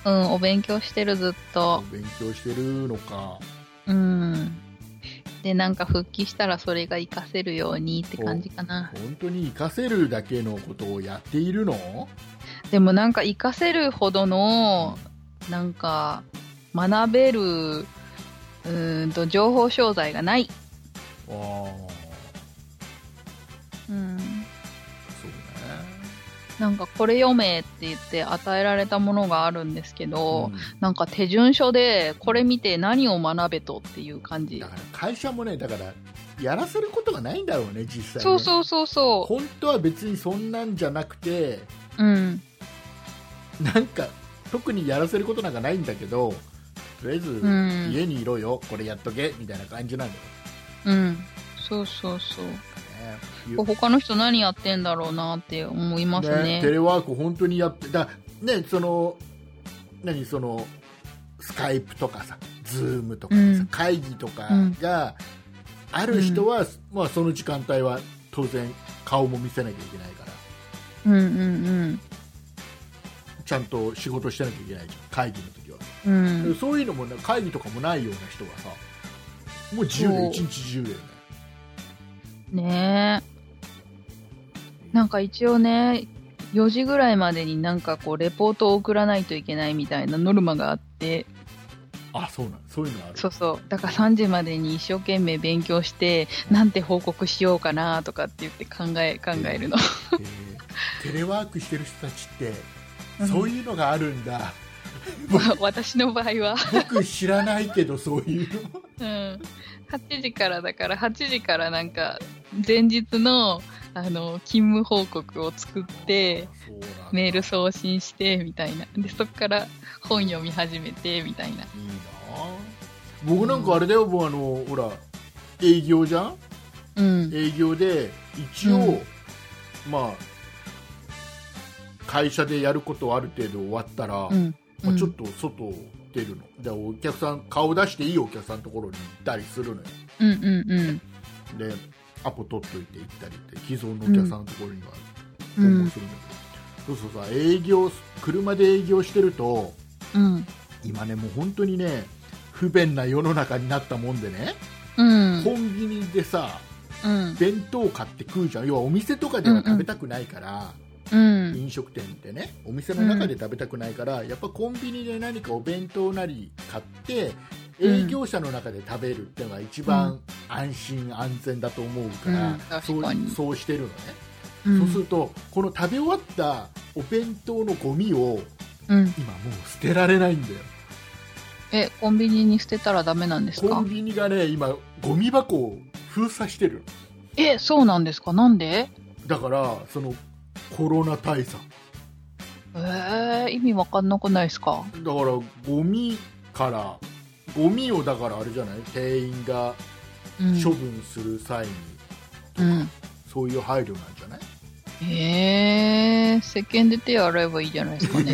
A: うん、お勉強してるずっと。
B: 勉強してるのか
A: うん。で、なんか復帰したらそれが活かせるようにって感じかな。
B: 本当に活かせるだけのことをやっているの
A: でもなんか活かせるほどの、なんか、学べる、うーんと、情報商材がない。
B: ああー
A: うん。
B: そうね
A: なんか、これ読めって言って与えられたものがあるんですけど、
B: うん
A: なんか手順書で、これ見て何を学べとっていう感じ
B: だ。から会社もねだからやらせることがないんだろうね実際ね
A: そうそうそうそ
B: 本当は別にそんなんじゃなくて
A: う。うん。
B: なんか特にやらせることなんかないんだけどとりあえず、
A: ん
B: 家にいろよこれやっとけみたいな感じなんだよ
A: うん。そうそうそう。
B: ね
A: 他の人何やってんだろうなって思いますね。
B: テレワーク本当にやってだねその何そのスカイプとかさズームとかさ、
A: うん
B: 会議とかがある人は、まあその時間帯は当然顔も見せなきゃいけないから
A: うんうん
B: ちゃんと仕事してなきゃいけないじゃん会議の時は、
A: うん。うん。
B: そういうのもな会議とかもないような人はさもう自由
A: そう
B: で一日自由だよね
A: ねえ。なんか一応ね、4時ぐらいまでになんかこう、レポートを送らないといけないみたいなノルマがあって、
B: あそうなんそういうのある
A: そうそう。だから3時までに一生懸命勉強して、なんて報告しようかなとかって言って考え、考えるの。
B: えーテレワークしてる人たちって、
A: うん
B: そういうのがあるんだ
A: 私の場合は。
B: 僕知らないけどそういうの
A: うん、8時からだから8時からなんか前日のあの勤務報告を作って
B: そうなんだ
A: メール送信してみたいなでそこから本読み始めてみたいない
B: いな僕なんかあれだよ、もうあのほら営業じゃん
A: うん
B: 営業で一応、
A: うん
B: まあ会社でやることある程度終わったら、
A: うん
B: まあ、ちょっと外出るのでお客さん顔出していいお客さんのところに行ったりするのよ
A: うんうんうん
B: でアポ取っといて行ったりって既存のお客さんのところには
A: う
B: 訪問
A: ん
B: するんだけど、そうそうさ営業車で営業してると
A: うん
B: 今ねもう本当にね不便な世の中になったもんでね、
A: うん
B: コンビニでさ
A: うん
B: 弁当買って食うじゃん要はお店とかでは食べたくないから、
A: うん
B: 飲食店でねお店の中で食べたくないから、やっぱコンビニで何かお弁当なり買って
A: うん
B: 営業者の中で食べるっていうのが一番安心安全だと思うから、
A: うん
B: そ
A: 確
B: う
A: かに
B: そうしてるのね、
A: うん
B: そうするとこの食べ終わったお弁当のゴミを
A: うん
B: 今もう捨てられないんだよ
A: えコンビニに捨てたらダメなんです
B: コ
A: か
B: ンビニがね今ゴミ箱を封鎖してる
A: えそうなんですかなんで
B: だからそのコロナ対策
A: えー、意味わかんなくないですか
B: だからゴミからゴミをだからあれじゃない店員が
A: うん
B: 処分する際に、
A: うん
B: そういう配慮なんじゃない
A: えー、石鹸で手洗えばいいじゃないですかね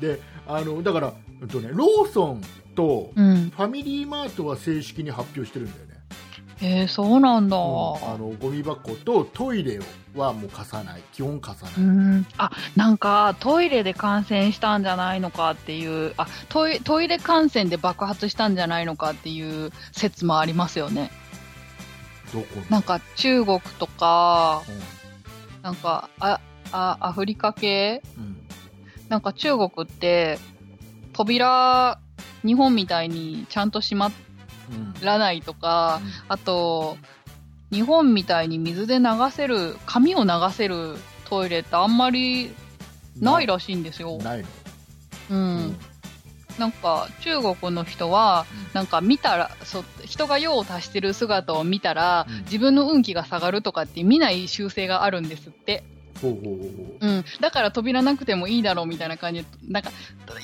B: であのだから、えっとね、ローソンと
A: うん。
B: ファミリーマートは正式に発表してるんだよね、
A: えー、そうなんだ。
B: あのゴミ箱とトイレはもう貸さない基本貸さない、
A: うん、あなんかトイレで感染したんじゃないのかっていうあトイトイレ感染で爆発したんじゃないのかっていう説もありますよね
B: どこに
A: なんか中国とか
B: うん
A: なんかああアフリカ系
B: うん
A: なんか中国って扉日本みたいにちゃんと閉ま
B: うん
A: らないとかあと、日本みたいに水で流せる、紙を流せるトイレってあんまりないらしいんですよ。
B: ないの
A: うん。なんか、中国の人は、なんか見たら、そう、人が用を足してる姿を見たら
B: うん、
A: 自分の運気が下がるとかって見ない習性があるんですって。
B: ほうほうほうほう
A: うん。だから扉なくてもいいだろうみたいな感じで、なんか、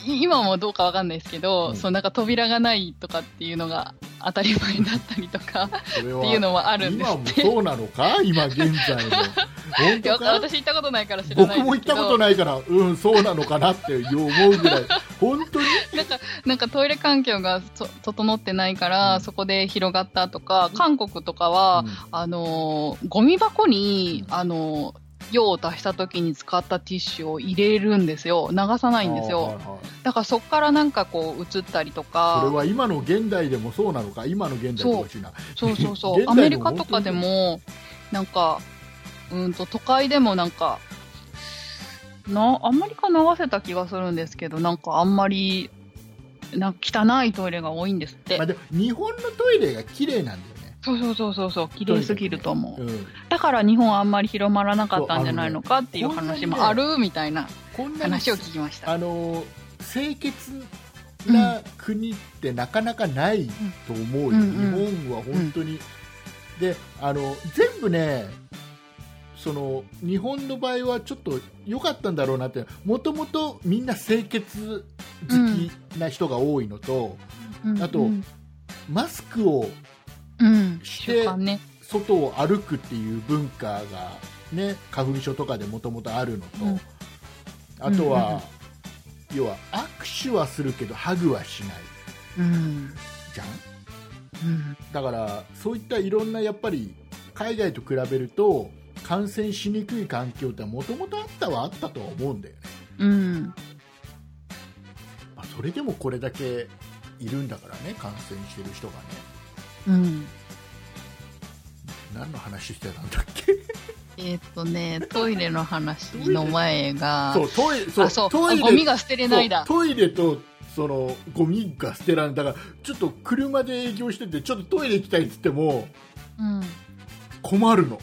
A: い今もどうかわかんないですけど、
B: うん
A: そう、なんか扉がないとかっていうのが当たり前だったりとか、っ
B: それは
A: ていうのはあるんです
B: 今
A: っ
B: も
A: て。
B: そうなのか今現在も本
A: いや
B: 当か
A: 私行ったことないから知らない
B: 僕
A: ですけど
B: も行ったことないからうんそうなのかなって思うぐらい本当に
A: なんかトイレ環境がそ整ってないから、
B: うん
A: そこで広がったとか、韓国とかは、あのーゴミ箱に、あのー用を足した時に使ったティッシュを入れるんですよ。流さな
B: ない
A: んです
B: はい
A: よ。
B: はい
A: だからそっからなんかこう映ったりと
B: それ
A: か、
B: は今の現代でもそうなのか今の現代でもしいな
A: そうそうそ
B: 現代
A: う。
B: の
A: アメリカとかでも、なんか、うんと都会でもなんか、な、あんまりか流せた気がするんですけど、なんかあんまり、なんか汚いトイレが多いんですって
B: まあ、。でも日本のトイレが綺麗なんだよね
A: そうそうそうそうそう、綺麗すぎると思う。
B: ん、
A: だから日本あんまり広まらなかったんじゃないのかっていう
B: そうあのね
A: 話もあるみたいな
B: こんなに
A: 話を聞きました。
B: あの清潔な国ってなかなかないと思うよ、
A: うん
B: 日本は本当に、であの全部ねその日本の場合はちょっと良かったんだろうなってもともとみんな清潔好きな人が多いのと、
A: うん
B: あと
A: うん、
B: マスクを
A: うん、
B: して
A: 習慣ね。
B: 外を歩くっていう文化が、ね、花粉症とかでもともとあるのと、
A: うん
B: あとは、
A: うんうん
B: 要は握手はするけどハグはしない
A: うん、
B: じゃん
A: うん、
B: だからそういったいろんなやっぱり海外と比べると感染しにくい環境ってもともとあったはあったとは思うんだよね、
A: うん、
B: まあ、それでもこれだけいるんだからね感染してる人がね
A: うん。
B: 何の話してたんだっけ
A: えーっとね、トイレの話の前が、
B: そうトイレそう
A: あ、そう、
B: ト
A: あ
B: イレ
A: ゴミが捨てれないだ。
B: そうトイレとそのゴミが捨てられないだからちょっと車で営業しててちょっとトイレ行きたいっつっても
A: うん。
B: 困るの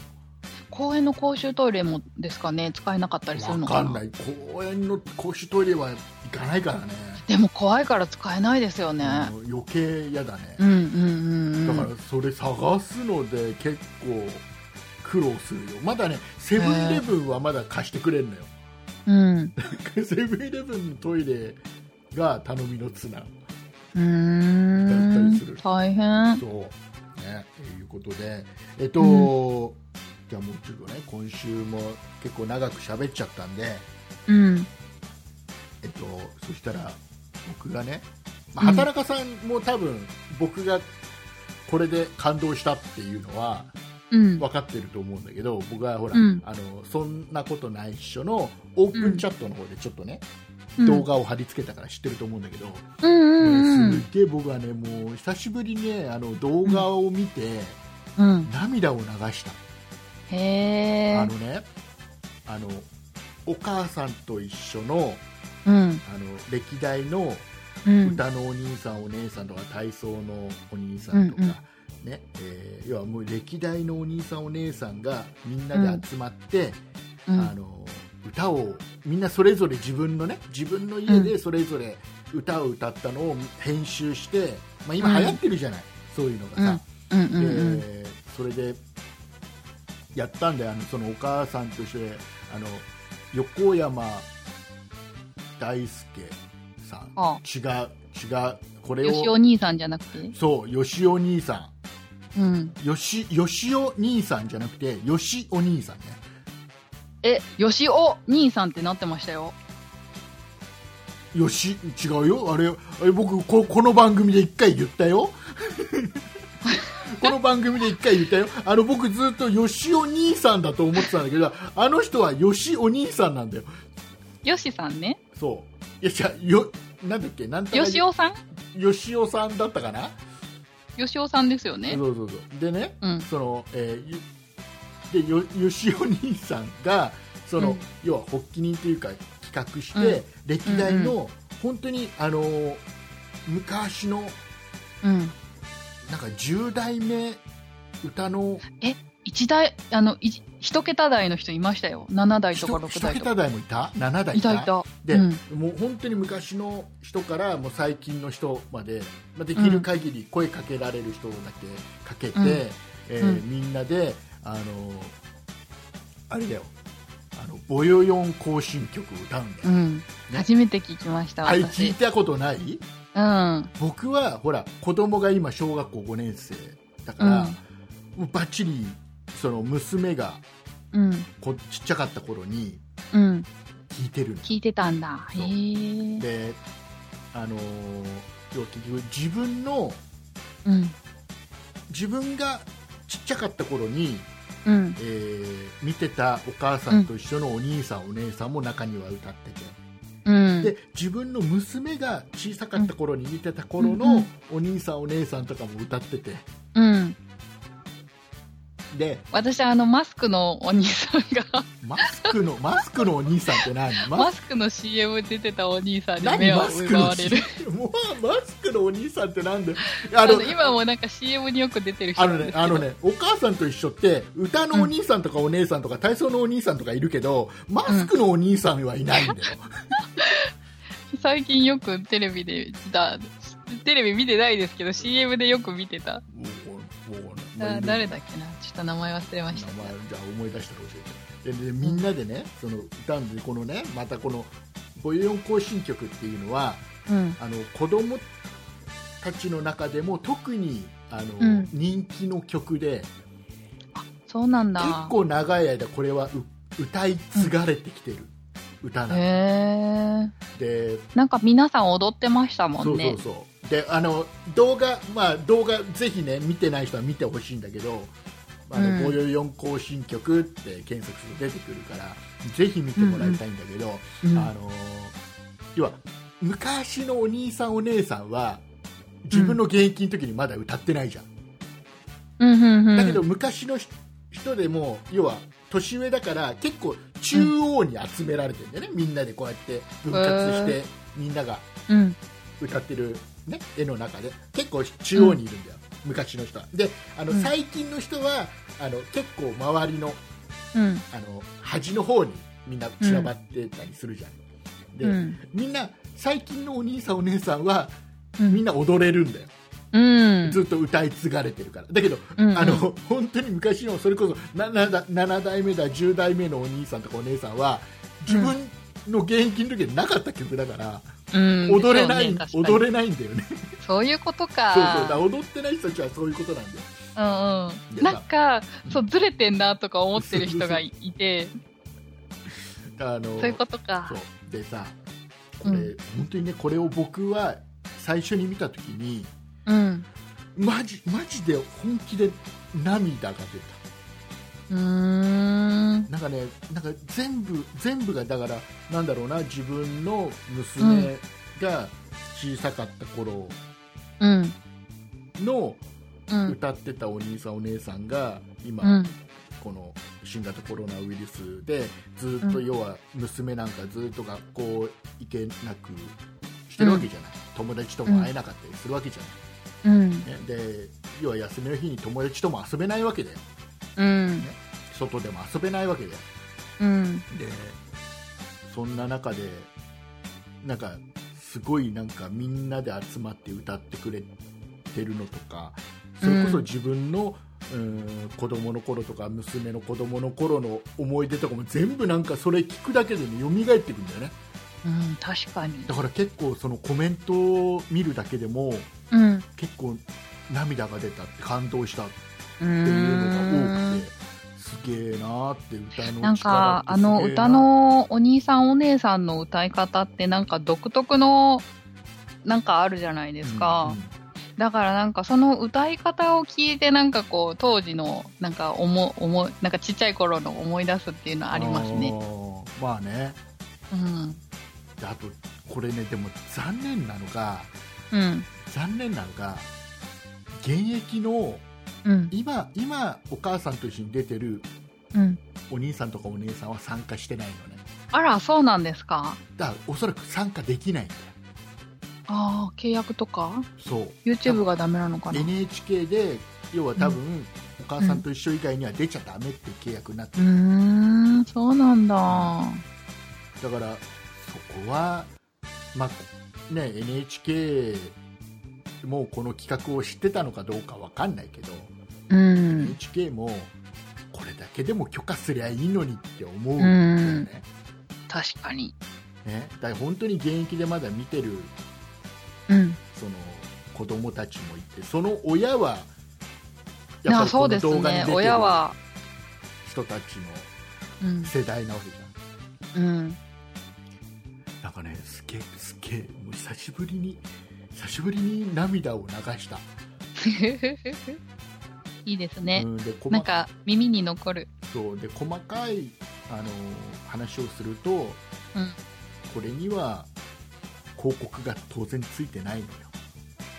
A: 公園の公衆トイレもですかね、使えなかったりする
B: 分
A: の
B: か
A: か
B: ん
A: な。
B: ない公園の公衆トイレは行かないからね
A: でも怖いから使えないですよね。
B: うん余計嫌だね
A: う、ん、うん、うん。う
B: だ
A: ん
B: からそれ探すので結構苦労するよまだねセブンイレブンはまだ貸してくれるのよ、
A: うん。
B: セブンイレブンのトイレが頼みの綱
A: うー
B: だったりする
A: ん。大変。
B: そうねということでえっと、じゃあもうちょっとね今週も結構長く喋っちゃったんで
A: うん。
B: えっとそしたら僕がね、まあ、畑中さんも多分僕がこれで感動したっていうのは
A: うん。
B: 分かってると思うんだけど僕はほら、
A: うん
B: あのそんなことないっしょのオープンチャットの方でちょっとね、
A: うん
B: 動。画を貼り付けたから知ってると思うんだけど、
A: うんうんう
B: もうんすっげえ僕はねもう久しぶりにねあの動画を見て、
A: うん。
B: 涙を流した
A: へ
B: あ
A: え
B: の。ねあのお母さんと一緒の
A: うん。
B: あの歴代の
A: うん。
B: 歌のお兄さん、お姉さんとか体操のお兄さんとか、
A: うん
B: ねえー要はもう歴代のお兄さんお姉さんがみんなで集まって、
A: うん
B: あの歌をみんなそれぞれ自分のね自分の家でそれぞれ歌を歌ったのを編集して、まあ、今
A: うん
B: 流行ってるじゃない、そういうのがさ、
A: うんうんうん
B: でそれでやったんだよあのそのお母さんと一緒であの横山大輔さん
A: あ
B: 違う違うこれ
A: よしお
B: を
A: 兄さんじゃなくて。
B: そうよしお兄さ
A: うん。
B: んよしよしお兄さんじゃなくてよしお兄さんね
A: え、よしお兄さんってなってましたよ。
B: よし違うよあれあれ僕ここの番組で一回言った よこの番組で一回言ったよあの僕ずっとよしお兄さんだと思ってたんだけどあの人はよしお兄さんなんだよ
A: よしさんね。
B: そういやじゃあよなんだっけなんたら
A: よしおさん
B: よしおさんだったかな
A: よしおさんですよね。
B: そうそうそうでね
A: うん。
B: その、えーゆでよよしお兄さんがその、
A: うん
B: 要は発起人というか企画して、
A: うん
B: 歴代の、
A: う
B: 本当にあのー昔の
A: うん。
B: なんか10代目歌の
A: 一代、あの、い一桁台の人いましたよ。7代と
B: 一
A: か6代と
B: 桁
A: か。
B: 台もいた7代
A: いたいた。
B: で、
A: うん
B: もう本当に昔の人からもう最近の人まで、まあ、できる限り声かけられる人だけかけて、
A: うん
B: えー
A: うん
B: みんなであのあれだよあのボヨヨン行進曲を歌うんだ
A: う
B: よ、
A: ん
B: ね
A: 初めて聞きました
B: あれ聞
A: 私、
B: いたことない
A: うん
B: 僕はほら子供が今小学校5年生だから、
A: うん
B: もうバッチリその娘が
A: うん
B: こちっちゃかった頃に
A: うん
B: 聞いてるの
A: 聞いてたんだへ
B: そう
A: え
B: であのー要は結局自分の
A: うん
B: 自分がちっちゃかった頃に、
A: うん
B: えー見てたお母さんと一緒のお兄さん、お姉さんも中には歌ってて、
A: うん
B: で自分の娘が小さかった頃に見てた頃
A: うんう
B: の
A: ん
B: お兄さんお姉さんとかも歌ってて
A: うん
B: で
A: 私あのマスクのお兄さんが
B: マスクのマスクのお兄さんって何
A: マスクの CM 出てたお兄さんに
B: 何
A: 目を
B: マス
A: 奪
B: クの
A: われる
B: もうマスクのお兄さんってなんだよ
A: あ
B: あ
A: の
B: の
A: 今もなんか CM によく出てる人
B: あ
A: な
B: の
A: んです
B: ね
A: け、ど
B: あのね、お母さんと一緒って、歌のお兄さんとかお姉さんとか、体操のお兄さんとかいるけど、マスクのお兄さんはいないんだよ。
A: 最近よくテレビでだテレビ見てないですけど CM でよく見てた
B: もうもうもう
A: だ
B: もう
A: 誰だっけなちょっと名前忘れま
B: 名前
A: し
B: じ
A: た
B: ゃあ思い出したら教えてででみんなでねその歌うんでこのねまたこの「ボヨヨン行進曲」っていうのは
A: うん
B: あの子供たちの中でも特にあの、
A: うん
B: 人気の曲で
A: そうなんだ
B: 結構長い間これはう歌い継がれてきてる、歌な
A: へ
B: ん
A: え
B: で
A: なんか皆さん踊ってましたも
B: そ
A: ん
B: うそ
A: ね
B: うそうであの動画まあ動画ぜひね見てない人は見てほしいんだけど「あ
A: うん
B: の544行進曲」って検索すると出てくるからぜひ見てもらいたいんだけど、
A: うん
B: あの要は昔のお兄さんお姉さんは自分の現役の時にまだ歌ってないじゃん、
A: うんうんうん
B: だけど昔の人人でも要は年上だから結構中央に集められてるんだよね、みんなでこうやって分割してみんなが
A: うん
B: 歌ってる、ね、絵の中で結構中央にいるんだよ、昔の人はであの、
A: うん
B: 最近の人はあの結構周りの
A: うん
B: あの端の方にみんな散らばってたりするじゃん、で、
A: うん
B: みんな最近のお兄さんお姉さんは
A: うん
B: みんな踊れるんだよ、
A: うん
B: ずっと歌い継がれてるからだけど、
A: うん
B: あの本当に昔のそれこそ 7, だ7代目だ10代目のお兄さんとかお姉さんは自分の現役の時になかった曲だから、
A: うん
B: 踊れない、
A: そうね
B: 踊れないんだよね
A: 確かにそういうこと
B: そうそうだ
A: か
B: から踊ってない人たちはそういうことなんだよ
A: うんうんなんかそうずれてんなとか思ってる人がいいて
B: あの
A: そういうことか
B: そうでさこれ、
A: うん
B: 本当にねこれを僕は最初に見た時に
A: うん
B: マジマジで本気で涙が出た
A: うーん
B: なんかねなんか全部全部がだからなんだろうな自分の娘が小さかった頃
A: うん
B: の
A: うん
B: 歌ってたお兄さんお姉さんが今、
A: うん
B: この新型コロナウイルスでずっと
A: うん
B: 要は娘なんかずっと学校行けなくしてるわけじゃない、友達とも会えなかったりするわけじゃ
A: うん
B: ない、ね、で要は休みの日に友達とも遊べないわけだよ
A: うん
B: 外でも遊べないわけだよ
A: うん
B: でそんな中でなんかすごいなんかみんなで集まって歌ってくれてるのとかそれこそ自分の、うん、子供の頃とか娘の子供の頃の思い出とかも全部なんかそれ聞くだけでね蘇ってくるんだよね
A: うん確かに
B: だから結構そのコメントを見るだけでも
A: うん
B: 結構涙が出たって感動したって
A: う
B: いうのが
A: ー
B: 多
A: ん
B: くてすげえなーって歌の力って
A: なんかあ
B: すげーなー
A: の歌のお兄さんお姉さんの歌い方ってなんか独特のなんかあるじゃないですか、
B: うんうん
A: だからなんかその歌い方を聞いてなんかこう当時のなんか思思なんかちっちゃい頃の思い出すっていうのはありますね。
B: あーまあね
A: うん
B: であとこれねでも残念なのが
A: うん
B: 残念なのが現役の
A: うん
B: 今今お母さんと一緒に出てる
A: うん。
B: お兄さんとかお姉さんは参加してないのね
A: あらそうなんですか。
B: だからおそらく参加できないんだよ
A: ああ契約とか
B: そう
A: YouTube がダメなのかな。
B: NHK で要は多分、お母さんと一緒以外には出ちゃダメって契約になって
A: うーんそうなんだ。
B: だからそこは、まあね、NHK もこの企画を知ってたのかどうかわかんないけど、
A: うん。
B: NHK もこれだけでも許可すりゃいいのにって思うんだよね。
A: 確かに。
B: ねだから本当に現役でまだ見てる
A: うん。
B: その子供たちもいてその親はやっぱ
A: あ
B: り
A: そ
B: こ
A: う
B: の
A: です
B: 動画に
A: ね
B: 出。てる
A: 親は、
B: 人たちの
A: うん。
B: 世代なわけじゃ
A: うん。
B: んなんかねすげえすげえもう久しぶりに久しぶりに涙を流した、
A: いいです
B: う
A: ね。
B: ん、で細
A: なんか耳に残る。
B: そうで細かいあの話をすると
A: うん。
B: これには広告が当然ついてないのよ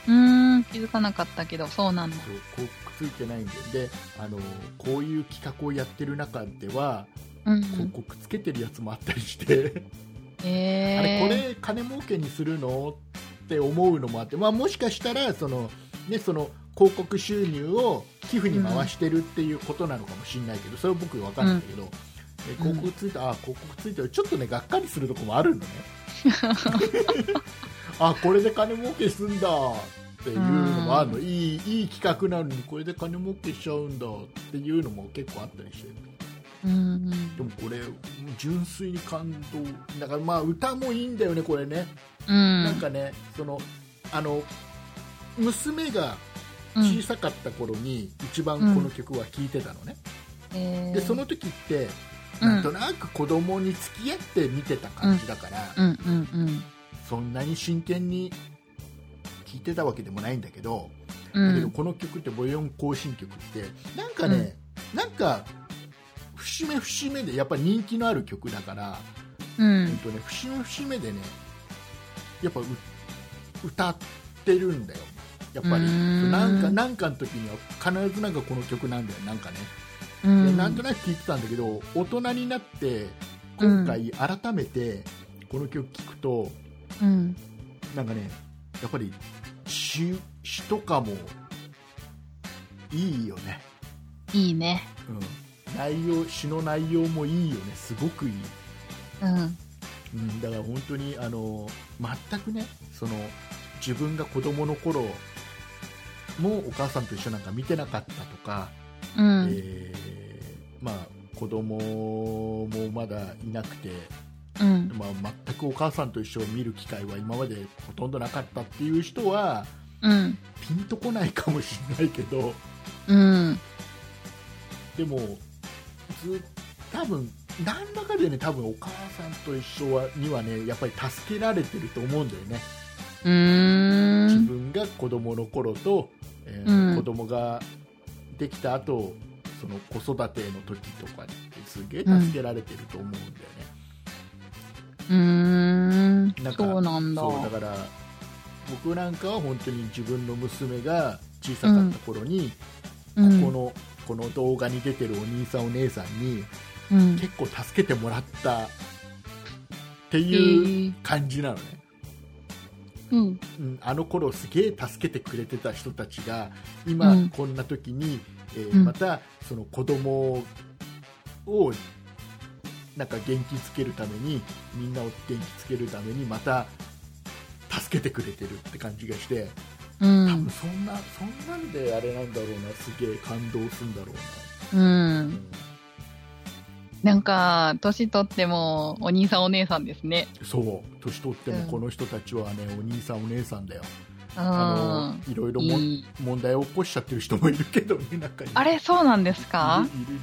A: うーん、気づかなかったけど、そうなんだ。
B: そう広告ついてないんだよであのこういう企画をやってる中では
A: うん。
B: 広告つけてるやつもあったりしてあれ
A: え
B: こ
A: ー、
B: れ金儲けにするのって思うのもあって、まあ、もしかしたらその、ね、その広告収入を寄付に回してるっていうことなのかもしれないけど、それは僕分かんないけど、え広告ついてあ広告ついてるちょっとねがっかりするとこも あるのねあこれで金儲けすんだっていうのもあるの、
A: う
B: いいいい企画なのにこれで金儲けしちゃうんだっていうのも結構あったりして
A: うん
B: でもこれ純粋に感動だからまあ歌もいいんだよねこれね、
A: うん。うん。
B: なんかねそのあの娘が
A: うん、
B: 小さかった頃に一番この曲は聴いてたのね、
A: えー
B: でその時って
A: うん
B: なんとなく子供に付き合って見てた感じだから、
A: うんうんうん。
B: そんなに真剣に聴いてたわけでもないんだけど、
A: う
B: だけど
A: ん、
B: この曲って「ボヨン行進曲」ってなんかね、なんか節目節目でやっぱ人気のある曲だから、
A: う
B: えっ
A: ん、
B: とね、節目節目でねやっぱう歌ってるんだよやっぱり
A: うーん
B: なんかなんかの時には必ずなんかこの曲なんだよなんかね、
A: う
B: で
A: ん、
B: なんとなく聴いてたんだけど大人になって今回改めてこの曲聴くと、
A: うん、
B: なんかねやっぱり詩詩とかもいいよね、
A: いいね。
B: うん、内容詩の内容もいいよねすごくいい
A: うん、
B: うん、だから本当にあの全くねその自分が子供の頃もお母さんと一緒なんか見てなかったとか、
A: うん、
B: えーまあ、子供もまだいなくて、
A: うん、
B: まあ、全くお母さんと一緒を見る機会は今までほとんどなかったっていう人は
A: うん、
B: ピンとこないかもしれないけど
A: うん、
B: でもず多分何らかでね多分お母さんと一緒はにはねやっぱり助けられてると思うんだよね。
A: う
B: 自
A: ん、
B: 分が子供の頃と、え
A: う
B: ー
A: ん
B: 子供ができた後その子育ての時とかにすげえ助けられてると思うんだよね、
A: うん
B: なん、か
A: そうなんだ。
B: そうだから僕なんかは本当に自分の娘が小さかった頃に、
A: うん
B: ここのこの動画に出てるお兄さんお姉さんに
A: うん、
B: 結構助けてもらったっていう感じなのね、
A: うん、
B: うん、あの頃すげえ助けてくれてた人たちが今
A: うん
B: こんな時に、えー
A: うん
B: またその子供をなんか元気づけるためにみんなを元気づけるためにまた助けてくれてるって感じがして
A: う
B: 多分
A: ん、
B: そんな、そんなんであれなんだろうなすげえ感動するんだろう
A: う
B: な、
A: ん。なんか、年取っても、お兄さんお姉さんですね。
B: うんそう年取って
A: う
B: も
A: ん
B: この人たちはねお兄さんお姉さんだよ、
A: う
B: あ
A: ん。
B: のいろいろもん
A: いい。
B: 問題を起こしちゃってる人もいるけどね中には
A: あれ、そうなんですか
B: いるいるいる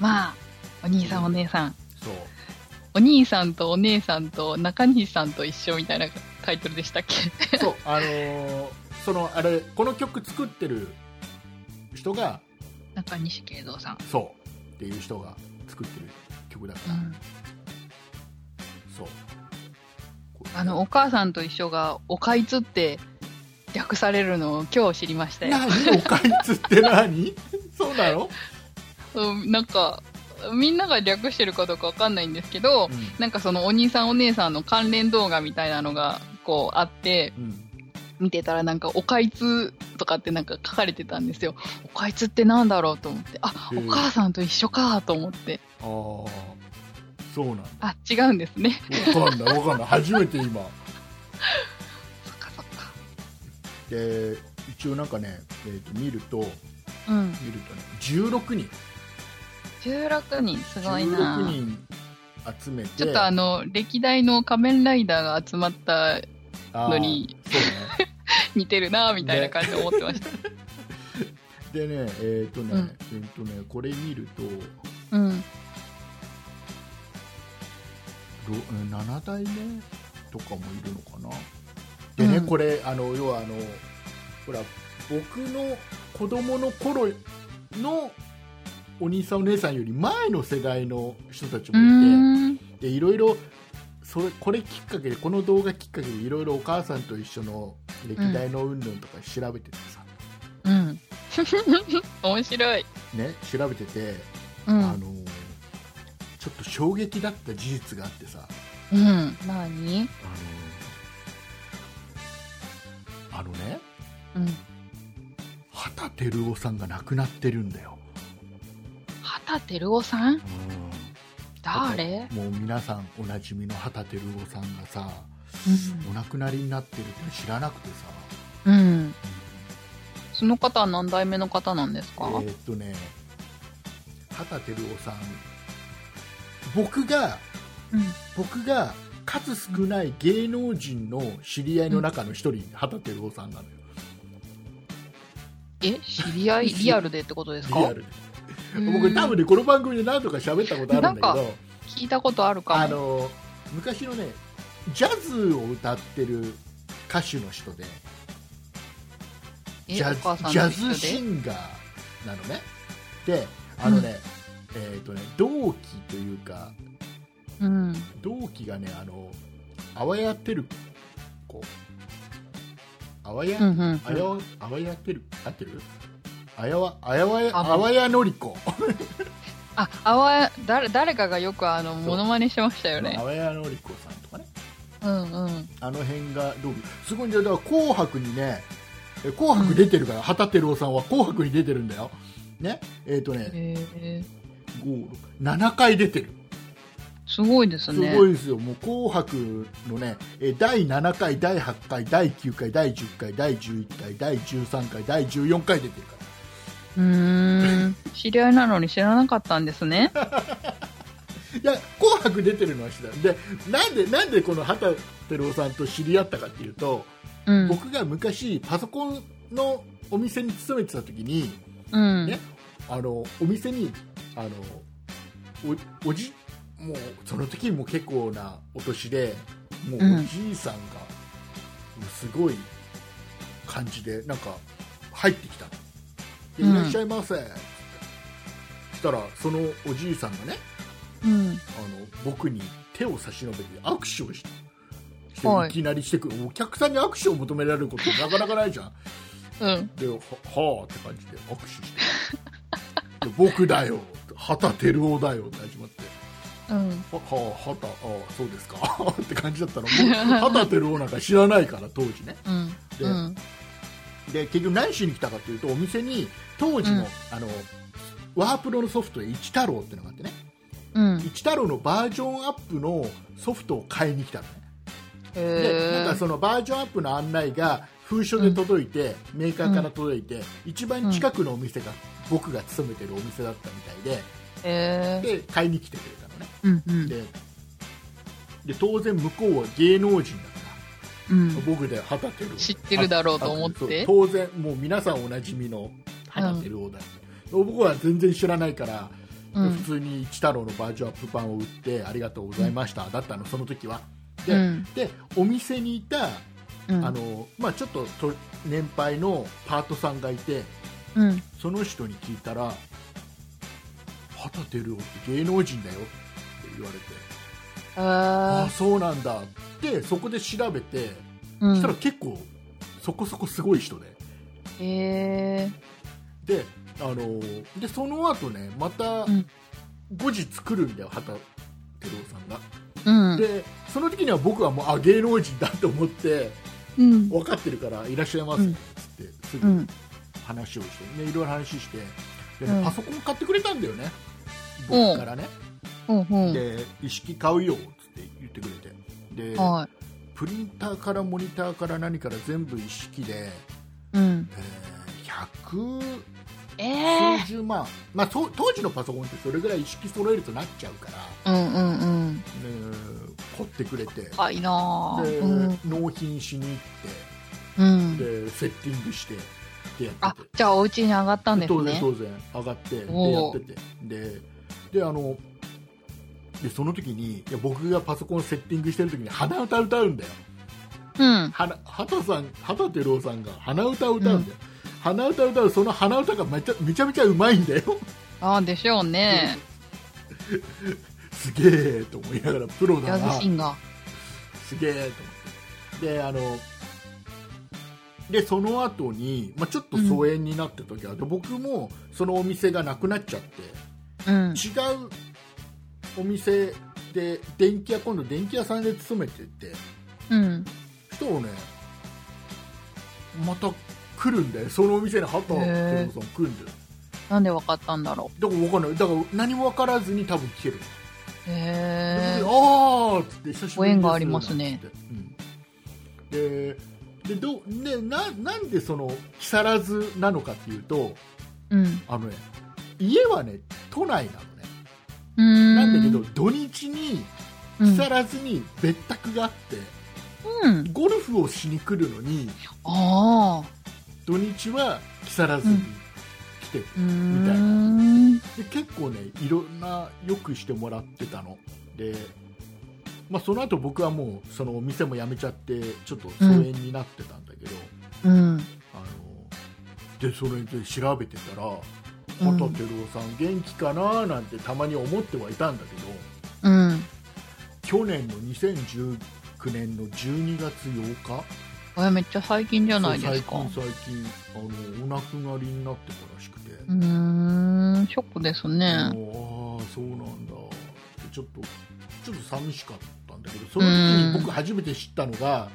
A: まあ、お兄さんお姉さん。
B: そう
A: お兄さんとお姉さんと中西さんと一緒みたいなタイトルでしたっけ
B: そうあのーそのあれこの曲作ってる人が
A: 中西慶三さん。
B: そうっていう人が作ってる曲だか
A: う
B: ら、
A: ん。
B: そう
A: あの、お母さんと一緒が、おかいつって略されるのを今日知りましたよ。
B: 何おかいつって何 そうなの、
A: うんなんか、みんなが略してるかどうかわかんないんですけど、
B: う
A: なんかそのお兄さんお姉さんの関連動画みたいなのが、こうあって、
B: ん
A: 見てたらなんか、おかいつとかってなんか書かれてたんですよ。おかいつってなんだろうと思って、あ、
B: うん、
A: お母さんと一緒かと思って。
B: ああーそうなん
A: あ、違うんですね。
B: わかんないわかんない初めて今
A: そっかそっか。
B: で一応なんかね、えー、と見ると見る
A: うん。
B: とね16人
A: 16人、すごいな。
B: 16人集めて
A: ちょっとあの、歴代の仮面ライダーが集まった
B: あー
A: のに
B: そう
A: 似てるなみたいな感じで思ってま した。
B: ねでねえっ、とね、
A: うん
B: えっ、とねこれ見るとろ
A: うん。
B: 7代目とかもいるのかなでね、
A: うん
B: これあの要はあのほら僕の子供の頃のお兄さんお姉さんより前の世代の人たち
A: う
B: もいて、
A: ーん。
B: でいろいろそれこれきっかけでこの動画きっかけでいろいろお母さんと一緒の歴代の云々とか調べててさ、
A: うん。 面白い。
B: ね調べてて、
A: う
B: あの
A: ん。
B: ーちょっと衝撃だった事実があってさ
A: うん。何
B: あのーあのね
A: うん。
B: 畑照夫さんが亡くなってるんだよ、
A: 畑照夫さん誰
B: もう皆さんおなじみの畑照夫さんがさお亡くなりになってるって知らなくてさ、
A: うん。うんその方は何代目の方なんですか
B: えーっとね畑照夫さん僕が僕が数少ない芸能人の知り合いの中の一人、畑照夫さんなのよ
A: え知り 合いリアルでってことですか
B: リアルで
A: うん
B: 僕多分ねこの番組で何とか喋ったことあるんだけ
A: なん
B: ど
A: 聞いたことあるかも
B: あの昔のねジャズを歌ってる歌手の人で
A: え
B: ジャ
A: お母さん
B: ズジ
A: の
B: ャ
A: 人
B: ズシ
A: で
B: ンガーなのねであのね、えーっとね同期というか
A: うん
B: 同期がねあのあわやてる子あわや、
A: うんうん
B: あやわあわやてる合ってるあやわあやわや
A: あ
B: あわやのりこ
A: ああわ誰誰かがよくあの
B: そう
A: モノマネしてましたよ
B: あ
A: ね
B: わやのりこさんとかね
A: うんうん
B: あの辺が同期すごいんだよだから紅白にねえ紅白出てるから、畑照夫さんは紅白に出てるんだよねえっ、とね
A: へえ
B: 5 7回出てる
A: すごいです
B: す
A: ね
B: ごいですよ、もう紅白のね、えー第7回、第8回、第9回、第10回、第11回、第13回、第14回出てるか
A: うーん知り合いなのに知らなかったんですね。
B: ら、いや、紅白出てるのは知らない、でなんで、なんでこの畑照夫さんと知り合ったかっていうと、
A: うん。
B: 僕が昔、パソコンのお店に勤めてた時に、
A: うん。
B: ねあのお店にあのおおじもうその時も結構なお年でも
A: うん
B: うおじいさんがもうすごい感じでなんか入ってきたので「
A: うん
B: いらっしゃいませ」したらそのおじいさんがね
A: うん。
B: あの僕に手を差し伸べて握手をしして
A: はい
B: いきなりしてくるお客さんに握手を求められることなかなかないじゃん
A: うん。
B: でははあって感じで握手して で僕だよ畑照夫だよって始まって
A: うん。
B: ははあ畑ああそうですか って感じだったのもう畑照夫なんか知らないから当時ね
A: うん。
B: で
A: うん。
B: で結局何しに来たかというとお店に当時の,、
A: うん
B: あのワープロのソフトで一太郎ってのがあってね
A: うん。
B: 一太郎のバージョンアップのソフトを買いに来たのね
A: へ
B: で
A: え。
B: なんかそのバージョンアップの案内が封書で届いて、メーカーから届いて、一番近くのお店が僕が勤めてるお店だったみたい
A: へえ。
B: でで買いに来てくれたのね
A: うんうん。
B: でで当然向こうは芸能人だから、
A: うん。
B: 僕で畑照夫
A: 知ってるだろうと思って
B: あそう当然もう皆さんおなじみの畑照夫だよ、僕は全然知らないから、
A: うん
B: 普通に一太郎のバージョンアップ版を売ってありがとうございました、だったのその時はで,、
A: うん
B: でお店にいた
A: うん。
B: あのまあ、ちょっとと年配のパートさんがいて
A: うん。
B: その人に聞いたら「畑照夫って芸能人だよ」って言われて
A: へ
B: 「ああ
A: ー
B: そうなんだ」ってそこで調べて
A: う
B: そ
A: ん
B: したら結構そこそこすごい人で
A: へえ。
B: であのでその後ねまた
A: うん
B: 後日来るんだよ畑照夫さんが。
A: うん。
B: でその時には僕はもうあ芸能人だと思って
A: うん。
B: 分かってるから「いらっしゃいませ」っ
A: うん
B: つってす
A: う
B: ぐ
A: ん。
B: 話をして、ね、いろいろ話してでね、
A: うん
B: パソコン買ってくれたんだよね
A: うん
B: 僕からね、
A: うんうん。
B: で「一式買うよ」っつって言ってくれてで、
A: は
B: プリンターからモニターから何から全部一式で、
A: い。うん。
B: えー、
A: え
B: 100
A: え
B: 数十万、まあ、と当時のパソコンってそれぐらい一式揃えるとなっちゃうから、
A: ー。うんうんうん。
B: えー凝ってくれてで、
A: 高いなあうん。
B: 納品しに
A: う
B: 行
A: ん
B: って。でセッティングしてってやっ
A: あ
B: てて、
A: じゃあお家に上がったんです
B: 当然
A: ね。
B: 当然上がってでや
A: お
B: っ
A: ー
B: ててでであのでその時にいや僕がパソコンセッティングしてる時に鼻歌歌うんだよ
A: うん。
B: 花畑さん畑哲郎さんが鼻歌を歌うんだよ、鼻歌を歌うその鼻歌がめちゃめちゃめちゃうまいんだよ
A: ああ、でしょうね。
B: すげえと思いながらプロ
A: ジ
B: だ
A: ャ
B: な
A: ズシンガー。
B: すげえと思ってであのでその後に、まあ、ちょっと疎遠になった時は、で僕もそのお店がなくなっちゃって
A: うん。
B: 違うお店で電気屋今度電気屋さんで勤めてて
A: うん。
B: 人をねまた来るんだよそのお店に畑哲郎さん来るんだよ
A: なんでわかったんだろ
B: だから分かんないだから何も分からずに多分来てる、
A: う。へえ。
B: ああっつって久しぶ
A: ご
B: り
A: 縁
B: に
A: がありますね
B: つってうんででどうでななんでその木更津なのかっていうと
A: うん。
B: あの、ね、家はね都内なのね
A: うーん。
B: なんだけど土日に
A: う
B: 木
A: ん、
B: 更津に別宅があって、
A: うん。
B: ゴルフをしに来るのに
A: ああ。
B: 土日は木更津に来てる、
A: うーん。
B: で結構ねいろんなよくしてもらってたので、まあ、その後僕はもうそのお店も辞めちゃってちょっと疎遠になってたんだけど、
A: うん。
B: あのでそれで調べてたら
A: うん
B: 畑哲郎さん元気かななんてたまに思ってはいたんだけど
A: うん。
B: 去年の2019年の12月8日
A: これめっちゃ最近じゃないですか。
B: そう
A: う
B: 最近最近あのお亡くなりになってたらしくて。
A: ーん。ショックです
B: あ
A: ね。
B: あそうなんだってちょっとちょっと寂しかったんだけどその時に僕初めて知ったのが、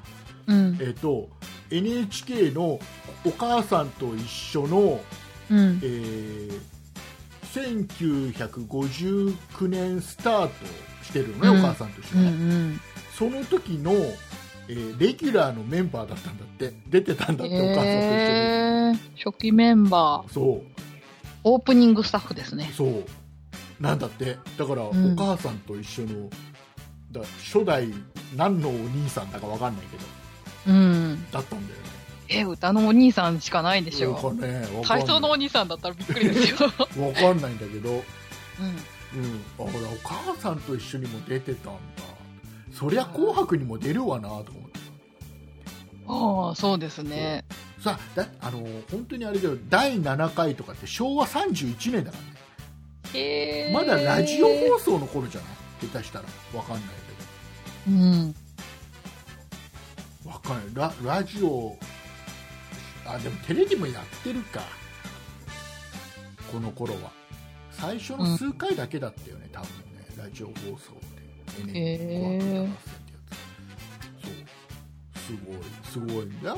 A: うん。
B: えっと NHK の「お母さんと一緒の」
A: うん。
B: えー1959年スタートしてるのね、
A: うん
B: お母さんと一緒
A: うんう
B: ね、
A: ん。
B: その時の、えーレギュラーのメンバーだったんだって出てたんだって、お母さんと一緒に
A: えー、初期メンバー、
B: そう
A: オープニングスタッフですね。
B: そうなんだってだから、
A: ん
B: お母さんと一緒のだ初代何のお兄さんだかわかんないけど
A: うん。
B: だったんだよね
A: え、歌のお兄さんしかないでし
B: わか
A: ょ。
B: んないわかん
A: 体操の
B: な
A: お兄さんだったらびっくりですよ。
B: いわかんないんだけど、う
A: う
B: ん、
A: ん。
B: あほらお母さんと一緒にも出てたんだそりゃ「紅白」にも出るわなと思って
A: ああ、そうですね。
B: さあだあの本当にあれだよ第7回とかって昭和31年だからね
A: へえ。
B: まだラジオ放送の頃じゃない下手したらわかんないけど
A: うん。
B: わかんないララジオあでもテレビもやってるかこの頃は最初の数回だけだったよね、多分ねラジオ放送で
A: へー
B: NHK 紅白歌合戦ってやつそうすごいすごいんだ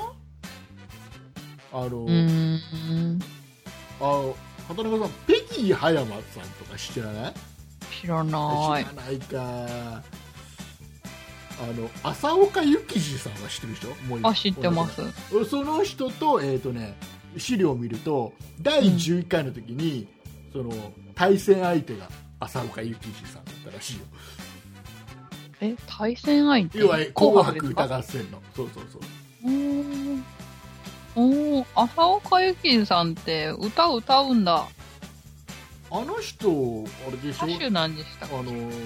B: あの、
A: うん。
B: あ畑中さんペギー葉山さんとか知らない
A: 知らない
B: 知。らないかあの浅岡幸二さんは知ってるでしょもう
A: あ、知ってます。
B: その人と,、えーとね、資料を見ると第11回の時に、その対戦相手が浅岡幸二さんだったらしいよ
A: え、対戦相手
B: 要は「紅白
A: です
B: 歌
A: か
B: 合戦の」そうそうそう
A: うーんおー、浅岡ゆきんさんって歌歌うんだ。
B: あの人あれでしょ
A: 歌手なんでした
B: あ
A: っ
B: のーなんだっけ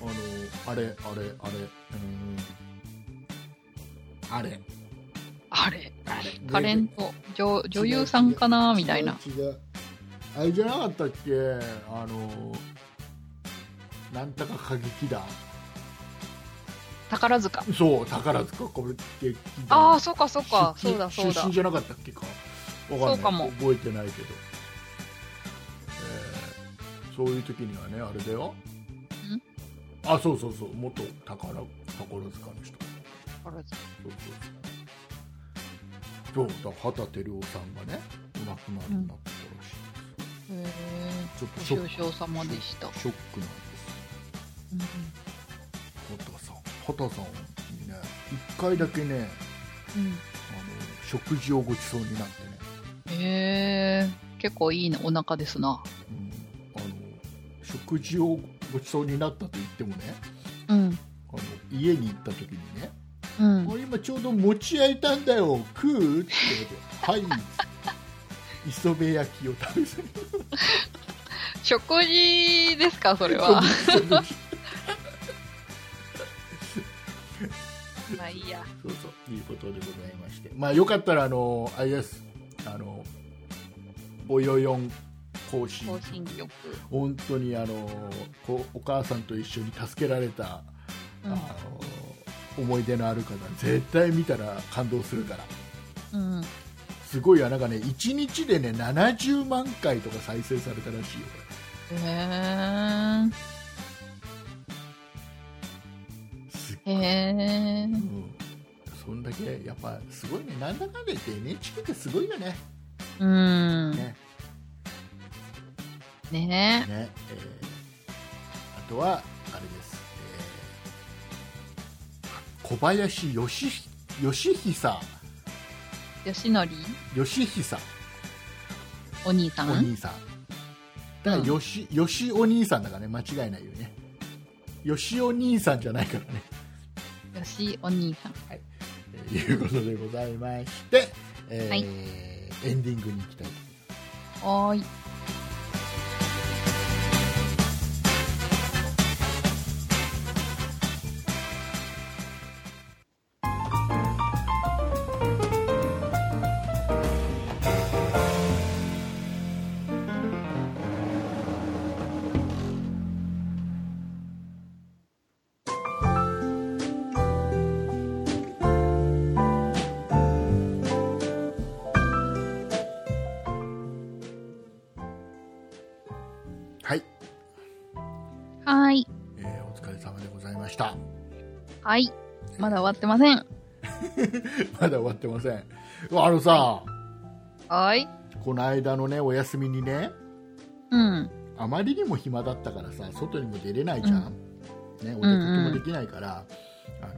B: あのーあれあれあれうーんあれ
A: あれ、
B: あれ
A: タレント、女女優さんかなみたいな。
B: 違う違うあれじゃなかったっけあのなんたか歌劇団
A: 宝塚。
B: そう宝塚歌劇団
A: ああ、そうかそうか。
B: 出
A: そうだそう
B: 出
A: だ
B: 身。じゃなかったっけかわかんない
A: そうかも
B: 覚えてないけど、えーそういう時にはねあれだよあそうそうそう元宝宝塚の人
A: 宝塚
B: そうそうそうだから畑照夫さんがねお亡くなりになってたらしいです、
A: へえ
B: ちょっと
A: ご
B: シ
A: 愁
B: ョック
A: 傷様でした。
B: ショックなんです畑さん畑さんにね一回だけねあの食事をごちそうになってね、
A: へえ結構いいお腹ですな。
B: うん、あの食事をごちそうになったと言ってもね
A: うん
B: あの家に行った時にね
A: うん
B: 俺今ちょうど餅焼いたんだよ食うって言われて「はい」磯辺焼きを食べさ
A: 食事ですかそれ
B: れ
A: は。
B: そうそう
A: まあいいや。
B: ということでございましてまあよかったらあのあれですあのおよよん更新
A: 更新曲。
B: 本当にあのこうお母さんと一緒に助けられた、
A: うん
B: あの思い出のある方絶対見たら感動するから
A: うん。
B: すごいよなんかね1日でね70万回とか再生されたらしいよこ
A: へえ
B: れすっ
A: へえ
B: うん、そんだけやっぱすごいねなんだかんだ言って NHK ってすごいよね
A: うん。
B: ね
A: ね
B: ね、えーあとはあれです、えー小林義義久
A: え。よしのり
B: 義久
A: お兄さ
B: お
A: ん。
B: 兄さんだからよし,、よしお兄さんだからね間違いないよねよしお兄さんじゃないからね
A: よしお兄さん。
B: ということでございまして、えー
A: はい
B: エンディングに行きたいと
A: おーい。
B: はい、
A: はーい。
B: えーお疲れ様でございました
A: はい。まだ終わってません。
B: まだ終わってませんあのさ
A: はーい。
B: この間のねお休みにね
A: うん。
B: あまりにも暇だったからさ外にも出れないじゃん、ね、お出
A: うん
B: かけもできないから、あの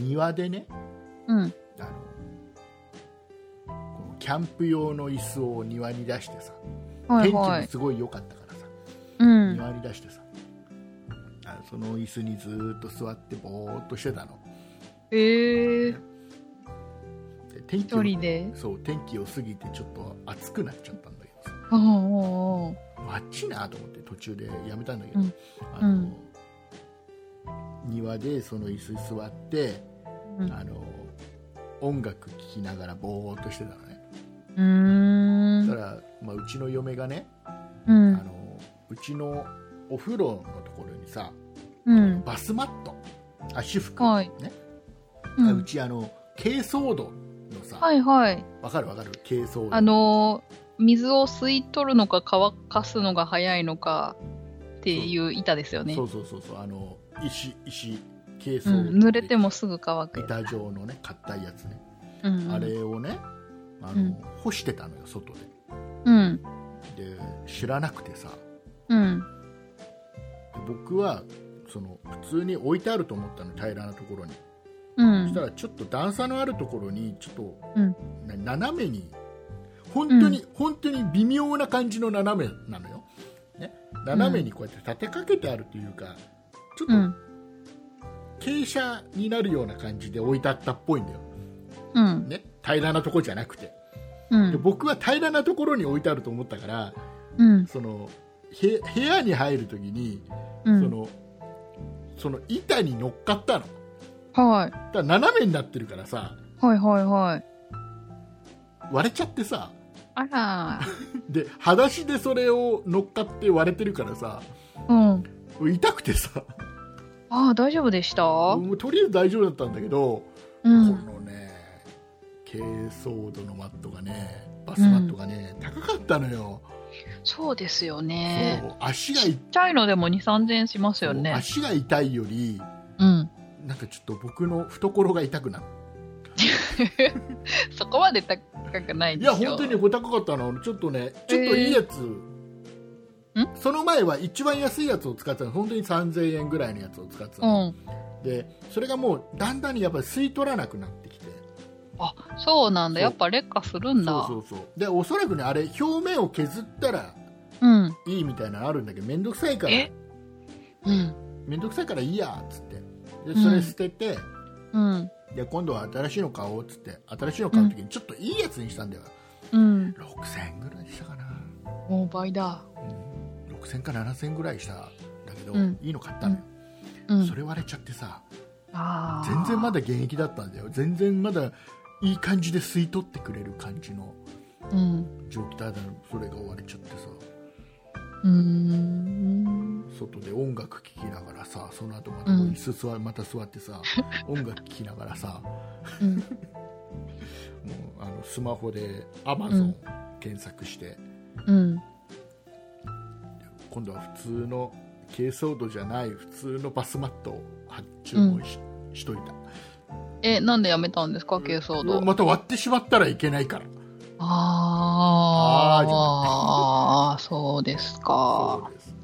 B: 庭でね
A: うん。
B: あのこのキャンプ用の椅子を庭に出してさ
A: はい
B: 天気
A: は
B: も
A: い。
B: すごい良かったからさ、
A: うん。
B: 庭に出してさあのその椅子にずーっと座ってぼーっとしてたの
A: ええー。
B: で天気
A: 一
B: を
A: 人で。
B: そう天気を過ぎてちょっと暑くなっちゃったんだけどさ
A: おーおーおー
B: あっちいなと思って途中でやめたんだけど、
A: うん
B: あの
A: うん
B: 庭でその椅子に座って、
A: うん
B: あの音楽聴きながらぼーっとしてたのね
A: うーん。
B: だから、まあ、うちの嫁がね、
A: う
B: うんあ。のうちのお風呂のところにさ、
A: うん。
B: バスマット足拭く、
A: はい
B: ね
A: う。
B: うんちあの珪藻土のさ、わ
A: はいはい。
B: かるわかる珪藻土
A: あのー水を吸い取るのか乾かすのが早いのかっていう板ですよね。
B: そううそうそうそうあの石石珪藻土、
A: ん、濡れてもすぐ乾く。
B: 板状のね硬いやつね、
A: うん、
B: あれをねあの、
A: うん
B: 干してたのよ外
A: うん。
B: でで知らなくてさ
A: うん。
B: で僕はその普通に置いてあると思ったの平らなところに、
A: う
B: そした
A: ん。
B: らちょっと段差のあるところにちょっと、
A: うん
B: な斜めに本当に、本当に微妙な感じの斜めなのよ、ね、斜めにこうやって立てかけてあるというかちょ
A: う
B: っ
A: ん
B: と。傾斜になるような感じで置いてあったっぽいんだよ、
A: うん。
B: ね、平らなとこじゃなくて
A: う
B: で
A: ん。
B: 僕は平らなところに置いてあると思ったから
A: うん。
B: そのへ部屋に入るときに、
A: う
B: そ
A: ん。
B: のその板に乗っかったのだ
A: はい。
B: から斜めになってるからさ
A: はいはいはい。
B: 割れちゃってさ
A: あ ら。
B: で裸足でそれを乗っかって割れてるからさ
A: うん。
B: 痛くてさ
A: ああ、大丈夫でしたう
B: もうとりあえず大丈夫だったんだけど、
A: ん。
B: このね珪藻土のマットがねバスマットがね、高かったのよ、
A: そうですよね。
B: そう足が
A: ち
B: 痛
A: っちゃいのでも2、3000円しますよね。
B: 足が痛いより
A: うん。
B: なんかちょっと僕の懐が痛くなっ
A: そこまで高くない
B: い
A: でしょ
B: や本当にねこれ高かったのちょっとねちょっといいやつ、
A: ん
B: その前は一番安いやつを使ってたの本当に3000円ぐらいのやつを使ってた
A: う
B: の、
A: ん
B: でそれがもうだんだんにやっぱり吸い取らなくなってきて
A: あそうなんだ
B: そう
A: やっぱ劣化するんだ
B: そうそうそうでおそらくねあれ表面を削ったら
A: うん
B: いいみたいなのあるんだけど面倒くさいから
A: えうん
B: 面倒くさいからいいやっつってでそれ捨てて、
A: うん
B: で今度は新しいの買おうっつって新しいの買う時にちょっといいやつにしたんだよ、
A: うん
B: 6000円ぐらいしたかな、
A: もう倍だ
B: うん、6000か7000円ぐらいしたんだけど、
A: うん
B: いいの買ったのよ、
A: うん
B: それ割れちゃってさ
A: あー
B: 全然まだ現役だったんだよ全然まだいい感じで吸い取ってくれる感じの
A: うん
B: 状態だのそれが割れちゃってさ
A: うーん
B: 外で音楽聴きながらさその後またこう椅子座、また座っ てさ音楽聴きながらさも
A: うん
B: うあのスマホで Amazon
A: うん
B: 検索して、
A: うん
B: 今度は普通の珪藻土じゃない普通のバスマットを発注文し,、しといた
A: えなんでやめたんですか軽騒動
B: また割ってしまったらいけないから
A: あ
B: あーじゃ
A: あーそうですか
B: そうです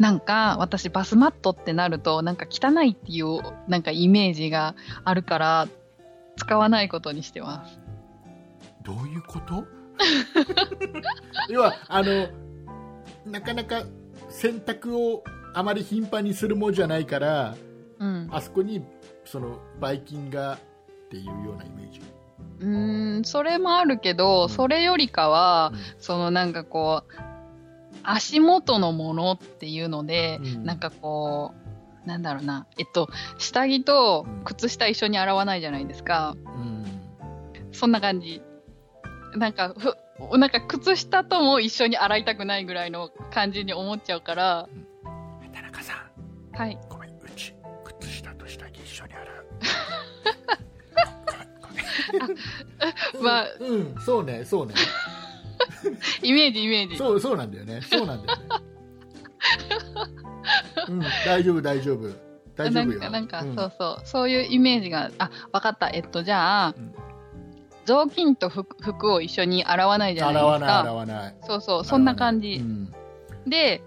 A: なんか私バスマットってなるとなんか汚いっていうなんかイメージがあるから使わないことにしてます
B: どういうこと 要はあのなかなか洗濯をあまり頻繁にするもんじゃないから
A: うん
B: あそこにそのばい菌がっていうようなイメージ、
A: うーんそれもあるけど、
B: うん
A: それよりかは、
B: うん
A: そのなんかこう足元のものっていうので、
B: うん
A: なんかこうなんだろうなえっと下着と靴下一緒に洗わないじゃないですか、
B: うん、
A: そんな感じなんかふなんか靴下とも一緒に洗いたくないぐらいの感じに思っちゃうから
B: 田中さん
A: はい
B: ごめんうち靴下と下着一緒に 洗うごめんごめん
A: まあ
B: うんうん、そうねそうね
A: イメージイメージ
B: そうそうなんだよねそうなんだよねうん大丈夫大丈夫大丈夫よ
A: なんか、なん
B: ん
A: かそうそう、そういうイメージが、あ、わかった。えっと、じゃあ、
B: うん
A: 雑巾と服服を一緒に洗わないじゃない
B: 洗
A: で
B: わ
A: す
B: ない洗
A: か。
B: わない
A: そうそう、そんな感じ。
B: うん
A: で、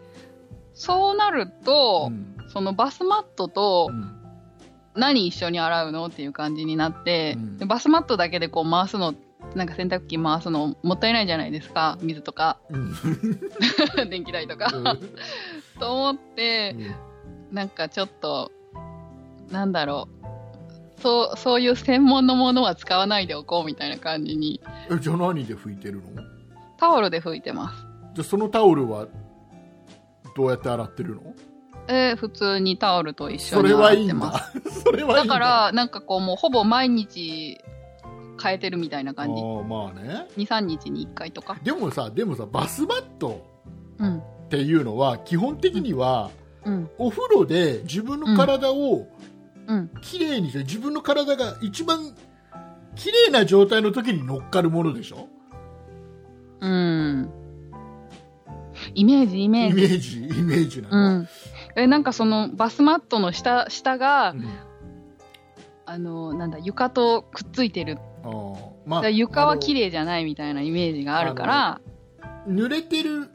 A: そうなる
B: う
A: と、
B: ん
A: そのバスマットと
B: うん
A: 何一緒に洗うのっていう感じになって、
B: うん
A: でバスマットだけでこう回すの、なんか洗濯機回すのもったいないじゃないですか。水とか、
B: うん
A: 電気代とか。
B: うん
A: と思って、なんかちょっと、なんだろう。そう、そういう専門のものは使わないでおこうみたいな感じに、
B: えじゃあ何で拭いてるのじゃ
A: タオルで拭いてます。
B: あそのタオルはどうやって洗ってるの
A: えー普通にタオルと一緒
B: そ
A: に
B: れはい
A: 洗
B: い
A: っ
B: ん
A: てます。
B: だ それはいい
A: だ
B: ん
A: から、なんかこうもうほぼ毎日変えてるみたいな
B: あ
A: 感じ。
B: ーまあね
A: 2、3日に1回とか。
B: でもさでもさバスマット
A: うん。
B: っていうのは基本的には、
A: うん。
B: お風呂で自分の体を
A: うん。
B: きれいにして、自分の体が一番きれいな状態の時に乗っかるものでしょ
A: うん。イメージ、イメ
B: イ
A: ージ。
B: メージイメージな
A: う
B: の、
A: ん。え、なんかそのバスマットの下、下が、
B: うん
A: あの、なんだ、床とくっついてる
B: あーま
A: だから床は綺麗じゃないみたいなイメージがあるから、
B: あの濡れてる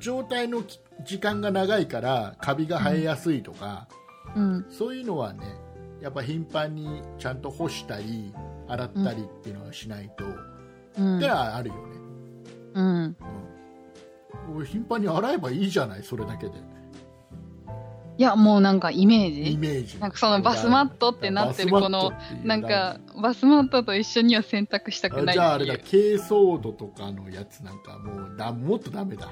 B: 状態のき時間が長いからカビが生えやすいとか、
A: うん、
B: そういうのはねやっぱ頻繁にちゃんと干したり洗ったりっていうのはしないと、
A: うん
B: で、はあるよね
A: うん。
B: 俺頻繁に洗えばいいじゃないそれだけで
A: いや、もうなんかイメー
B: イ
A: ジ。
B: メージ
A: なんかそのバスマットってなってる
B: バ
A: こ
B: スマット
A: の
B: っ、ていう
A: なんかバスマットと一緒には洗濯したく
B: あ
A: ない
B: じゃああ
A: って
B: れ
A: い
B: だ
A: う。
B: 珪藻土とかのやつなんかもうだもっとダメだ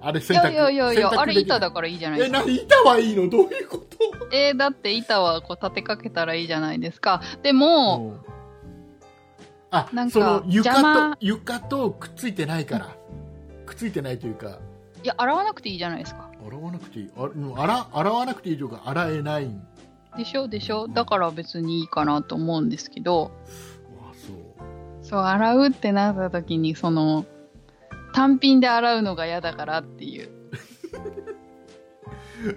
B: あれ
A: い
B: 洗
A: や
B: 濯
A: いやいやい
B: 洗
A: や、
B: 濯
A: あれ
B: できない
A: 板だからいいじゃないで
B: え
A: すか。
B: 何板はいいのどういうこと
A: えーだって板はこう立てかけたらいいじゃないですか。でも、
B: うんあ
A: なんか
B: その
A: 邪
B: 床
A: 魔
B: と床とくっついてないからくっついてないというか
A: いや、洗わなくていいじゃないですか。
B: 洗わなくていいあうん洗洗わなくていいというか洗えないん
A: でしょでしょだから別にいいかなと思うんですけど、
B: あそう
A: そう、洗うってなった時に、その、単品で洗うのが嫌だからっていう。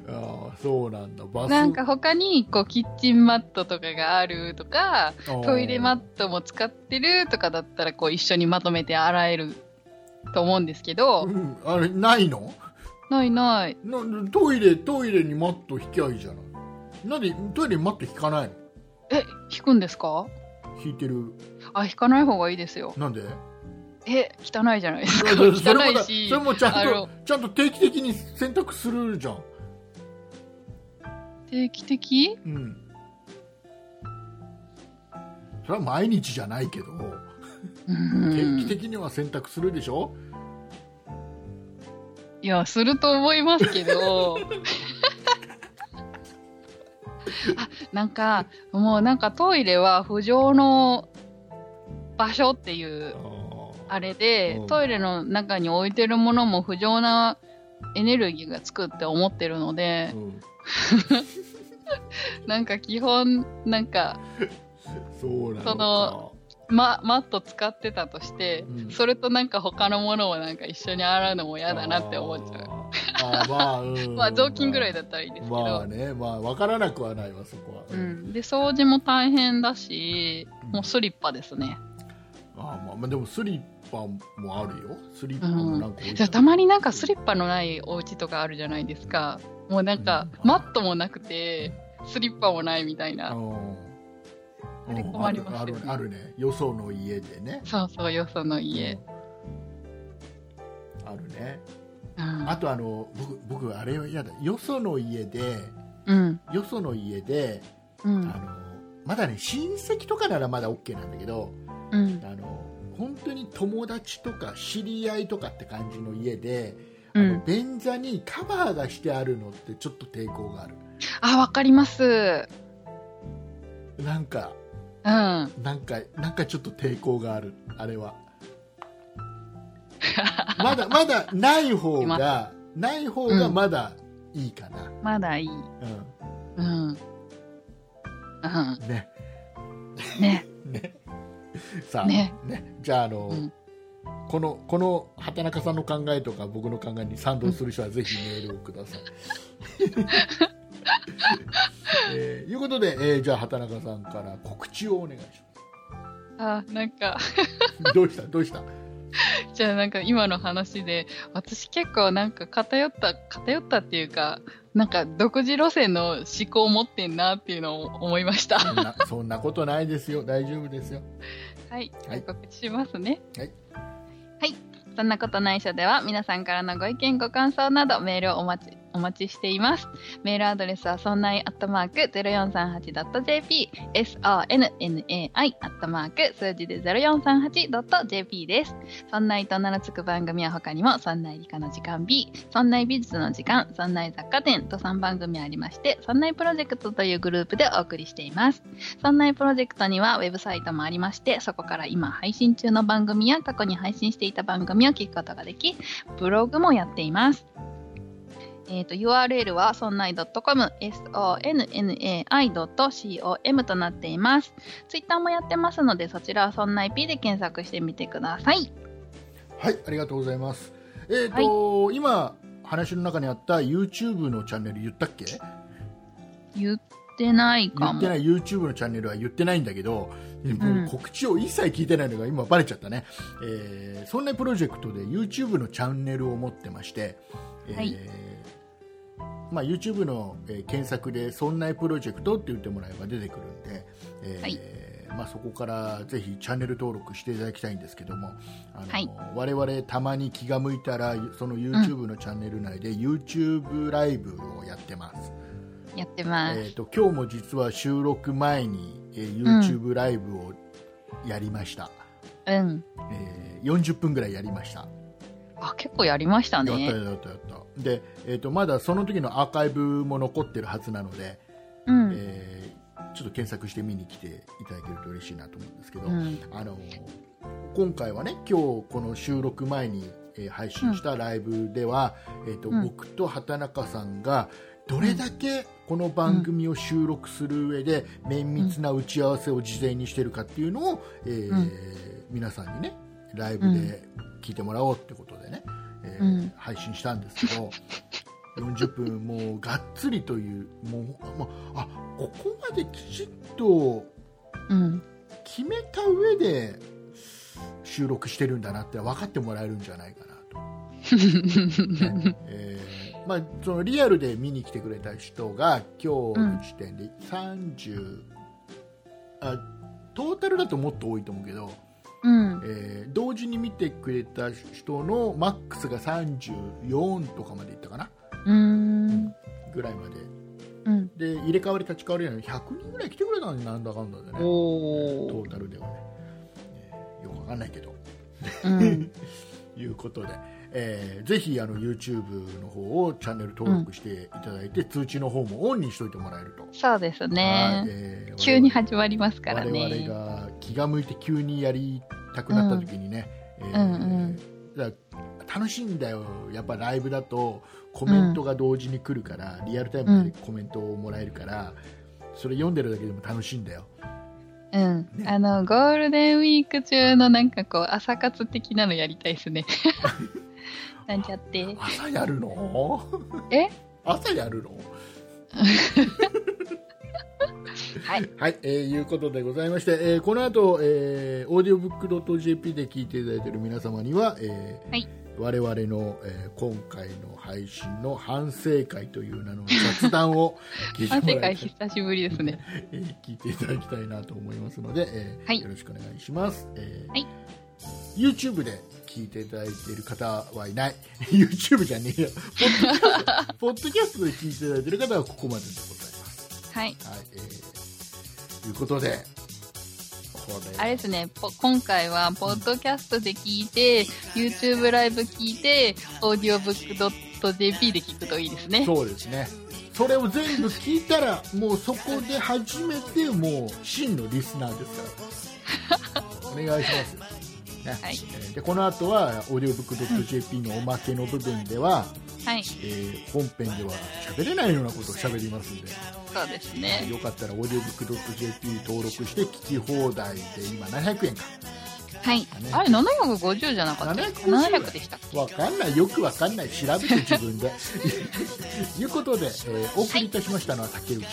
B: ああそうなんだバス
A: なんか他にこうキッチンマットとかがあるとかトイレマッ
B: ッ
A: トも使ってるとかだったらこう一緒にまとめて洗えると思うんですけど、
B: うん、あれないの
A: ないない
B: なトイレトイレにマット引きゃいいじゃないなんでトイレにマット引かないの
A: え引くんですか
B: 引いてる
A: あ引かない方がいいですよ
B: なんで
A: え汚いじゃないですか
B: それも
A: 汚い
B: だそ
A: し
B: れもちゃ
A: あ
B: んと
A: の
B: ちゃんと定期的に洗濯するじゃん
A: 定期的
B: うんそれは毎日じゃないけど、
A: う
B: 定期
A: ん
B: 的には洗濯するでしょ
A: いやすると思いますけどあなんかもうなんかトイレは不浄の場所っていうあれで、
B: うん
A: トイレの中に置いてるものも不浄なエネルギーがつくって思ってるので
B: う、ん
A: なんか基本、なんか、
B: そうなのか
A: そのま、マット使ってたとして、
B: うん
A: それとなんか他のものをなんか一緒に洗うのも嫌だなって思っちゃう。
B: あーあーまあ、う ん、
A: まあ雑巾ぐらい
B: だ
A: だったらいいですけど、
B: まあねまあ分からなくはないわそこは、
A: うん。で、掃除も大変だし、
B: うん
A: もうスリッパですね。
B: あーまあまあでもスリッパもあるよスリッパもなんか置いてある、
A: じゃあたまになんかスリッパのないお家とかあるじゃないですか。もうなんか、
B: うん
A: マットもなくて、スリッパもないみたいな。
B: うん
A: あれ困ります
B: あ
A: よ
B: る
A: ね
B: あるあるねよその家でね
A: そうそうよ、その家。
B: あるね
A: うん
B: あとあの僕僕あれ嫌だよその家で
A: うん。
B: よその家で、
A: うん
B: あ。のまだね親戚とかならまだ OK なんだけど
A: うん。
B: あの本当に友達とか知り合いとかって感じの家で、
A: う
B: あの
A: ん。
B: 便座にカバーがしてあるのってちょっと抵抗がある
A: あ、わかります。
B: なんか
A: うん。
B: なんかなんかちょっと抵抗があるあ れはまだまだない方がない方がまだいいかな、
A: まだいい。
B: う
A: うん。うん。
B: んね
A: ね。
B: ねさあね
A: ね
B: じゃああの、
A: うん
B: このこの畑中さんの考えとか僕の考えに賛同する人はぜひメールをください。 えーいうことで、えーじゃあ畑中さんから告知をお願いし
A: あ、なんか、
B: ます。どうしたどうした
A: じゃあなんか今の話で、私結構なんか偏った、偏ったっていうか、なんか独自路線の思考を持ってんなっていうのを思いました。
B: そんなそんなことないですよ大丈夫ですよ。
A: はい、
B: はい
A: 告知しますね。
B: はい。
A: はい。そんなことないっしょでは、皆さんからのご意見、ご感想など、メールをお待ち、お待ちしています。メールアドレスは、そんないアットマーク 0438.jp、sonnai アットマーク数字で 0438.jp です。そんないと名の付く番組は他にも、そんない理科の時間 B、そんない美術の時間、そんない雑貨店と3番組ありまして、そんないプロジェクトというグループでお送りしています。そんないプロジェクトにはウェブサイトもありまして、そこから今配信中の番組や過去に配信していた番組を聞くことができ、ブログもやっています。えー、と URL はそんない .com、sonnai.com となっています。ツイッターもやってますので、そちらはそんない P で検索してみてください。
B: はいありがとうございます。えっ、と、今話の中にあった YouTube のチャンネル言ったっけ
A: 言ってない
B: 言
A: か
B: っ
A: も。
B: てない YouTube のチャンネルは言ってないんだけど、
A: ん
B: 告知を一切聞いてないのが今バレちゃったね、えーそんなプロジェクトで YouTube のチャンネルを持ってまして、えー
A: はい
B: まあ、YouTube の、えー検索で「そんなプロジェクト」って言ってもらえば出てくるんで、えー
A: はい
B: まあ、そこからぜひチャンネル登録していただきたいんですけどもあの、
A: はい
B: 我々たまに気が向いたらその YouTube のチャンネル内で YouTube ライブをやってます。
A: やってます。
B: えー、と今日も実は収録前に、えー
A: ん
B: YouTube ライブをやりました、
A: うん。
B: えー40分ぐらいやりました、
A: あ、結構やりました
B: やった
A: ね。
B: やったやったで、えー、とまだその時のアーカイブも残ってるはずなので、
A: うん。
B: えーちょっと検索して見に来ていただけると嬉しいなと思うんですけど、
A: うん。
B: あの今回はね今日この収録前に、えー配信したライブでは、えーと
A: うん
B: 僕と畑中さんがどれだけこの番組を収録する上で綿密な打ち合わせを事前にしてるかっていうのを、えー
A: うん
B: 皆さんにねライブで聞いてもらおうってことでね、えー
A: うん
B: 配信したんですけど40分もうがっつりというもう、まあ、ここまできちっと
A: うん。
B: 決めた上で収録してるんだなって分かってもらえるんじゃないかなと。ねえーまあ、そのリアルで見に来てくれた人が今日の時点で30、あトータルだともっと多いと思うけど、
A: うん。
B: えー同時に見てくれた人のマックスが34とかまでいったかな
A: うん。
B: ぐらいまで
A: うん。
B: で入れ替わり立ち替わりなのに100人ぐらい来てくれたんでなんだかんだでねト
A: お
B: ー
A: ー。
B: タルではね、えーよくわかんないけど
A: うん。
B: いうことで、えーぜひあの YouTube の方をチャンネル登録していただいて、通知の方もオンにしといてもらえると、
A: そうです
B: はい
A: ね。
B: えー
A: 急に始まりますから
B: 我々
A: ね。
B: が気が向いて急にやりたくなった時にね、えー
A: うんうん
B: だから楽しいんだよやっぱライブだとコメントが同時に来るから、リアルタイムでコメントをもらえるから、それ読んでるだけでも楽しいんだよ
A: うん
B: ね。
A: あの、ゴールデンウィーク中のなんかこう、朝活的なのやりたいです ね。なんちゃって。
B: 朝やるの
A: え
B: 朝やるの
A: はい。
B: はい、えーいうことでございまして、えーこの後、えー、オーディオブックドット JP で聞いていただいている皆様には、えー
A: はい
B: 我々の、えー今回の配信の反省会という名の雑談 を聞い
A: 反
B: て
A: 省
B: もら
A: 会
B: いたい、
A: 久しぶりですね。
B: えー聞いていただきたいなと思いますので、えー
A: はい
B: よろしくお願いします、えー
A: はい
B: YouTube で聞いていただいている方はいない YouTube じゃねえよポッドキャストポッドキャストで聞いていただいている方はここまででございます
A: はい。
B: はい、えー、ということで、これ
A: あれですね、ポ今回は、ポッドキャストで聞いて、YouTube ライブ聞いて、audiobook.jp で聞くといいですね。
B: そうですね。それを全部聞いたら、もうそこで初めて、もう真のリスナーです から。お願いしますよ。ね
A: はい
B: えーでこの後は、オーディオブックドット JP のおまけの部分では、
A: はい。
B: えー本編では喋れないようなことを喋りますんで、
A: そうですね。
B: よかったら、オーディオブックドット JP 登録して、聞き放題で今700円か。
A: はい。あれ、750じゃなかった
B: 750だ
A: ?700 でした。
B: わかんないよくわかんない調べて自分で ということで、えーお送りいたしましたのは竹内と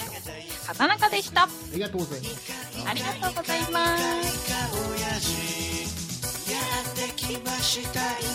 B: あ
A: 畑中でした。
B: りがとうございます
A: ありがとうございます。
C: やってきましたよ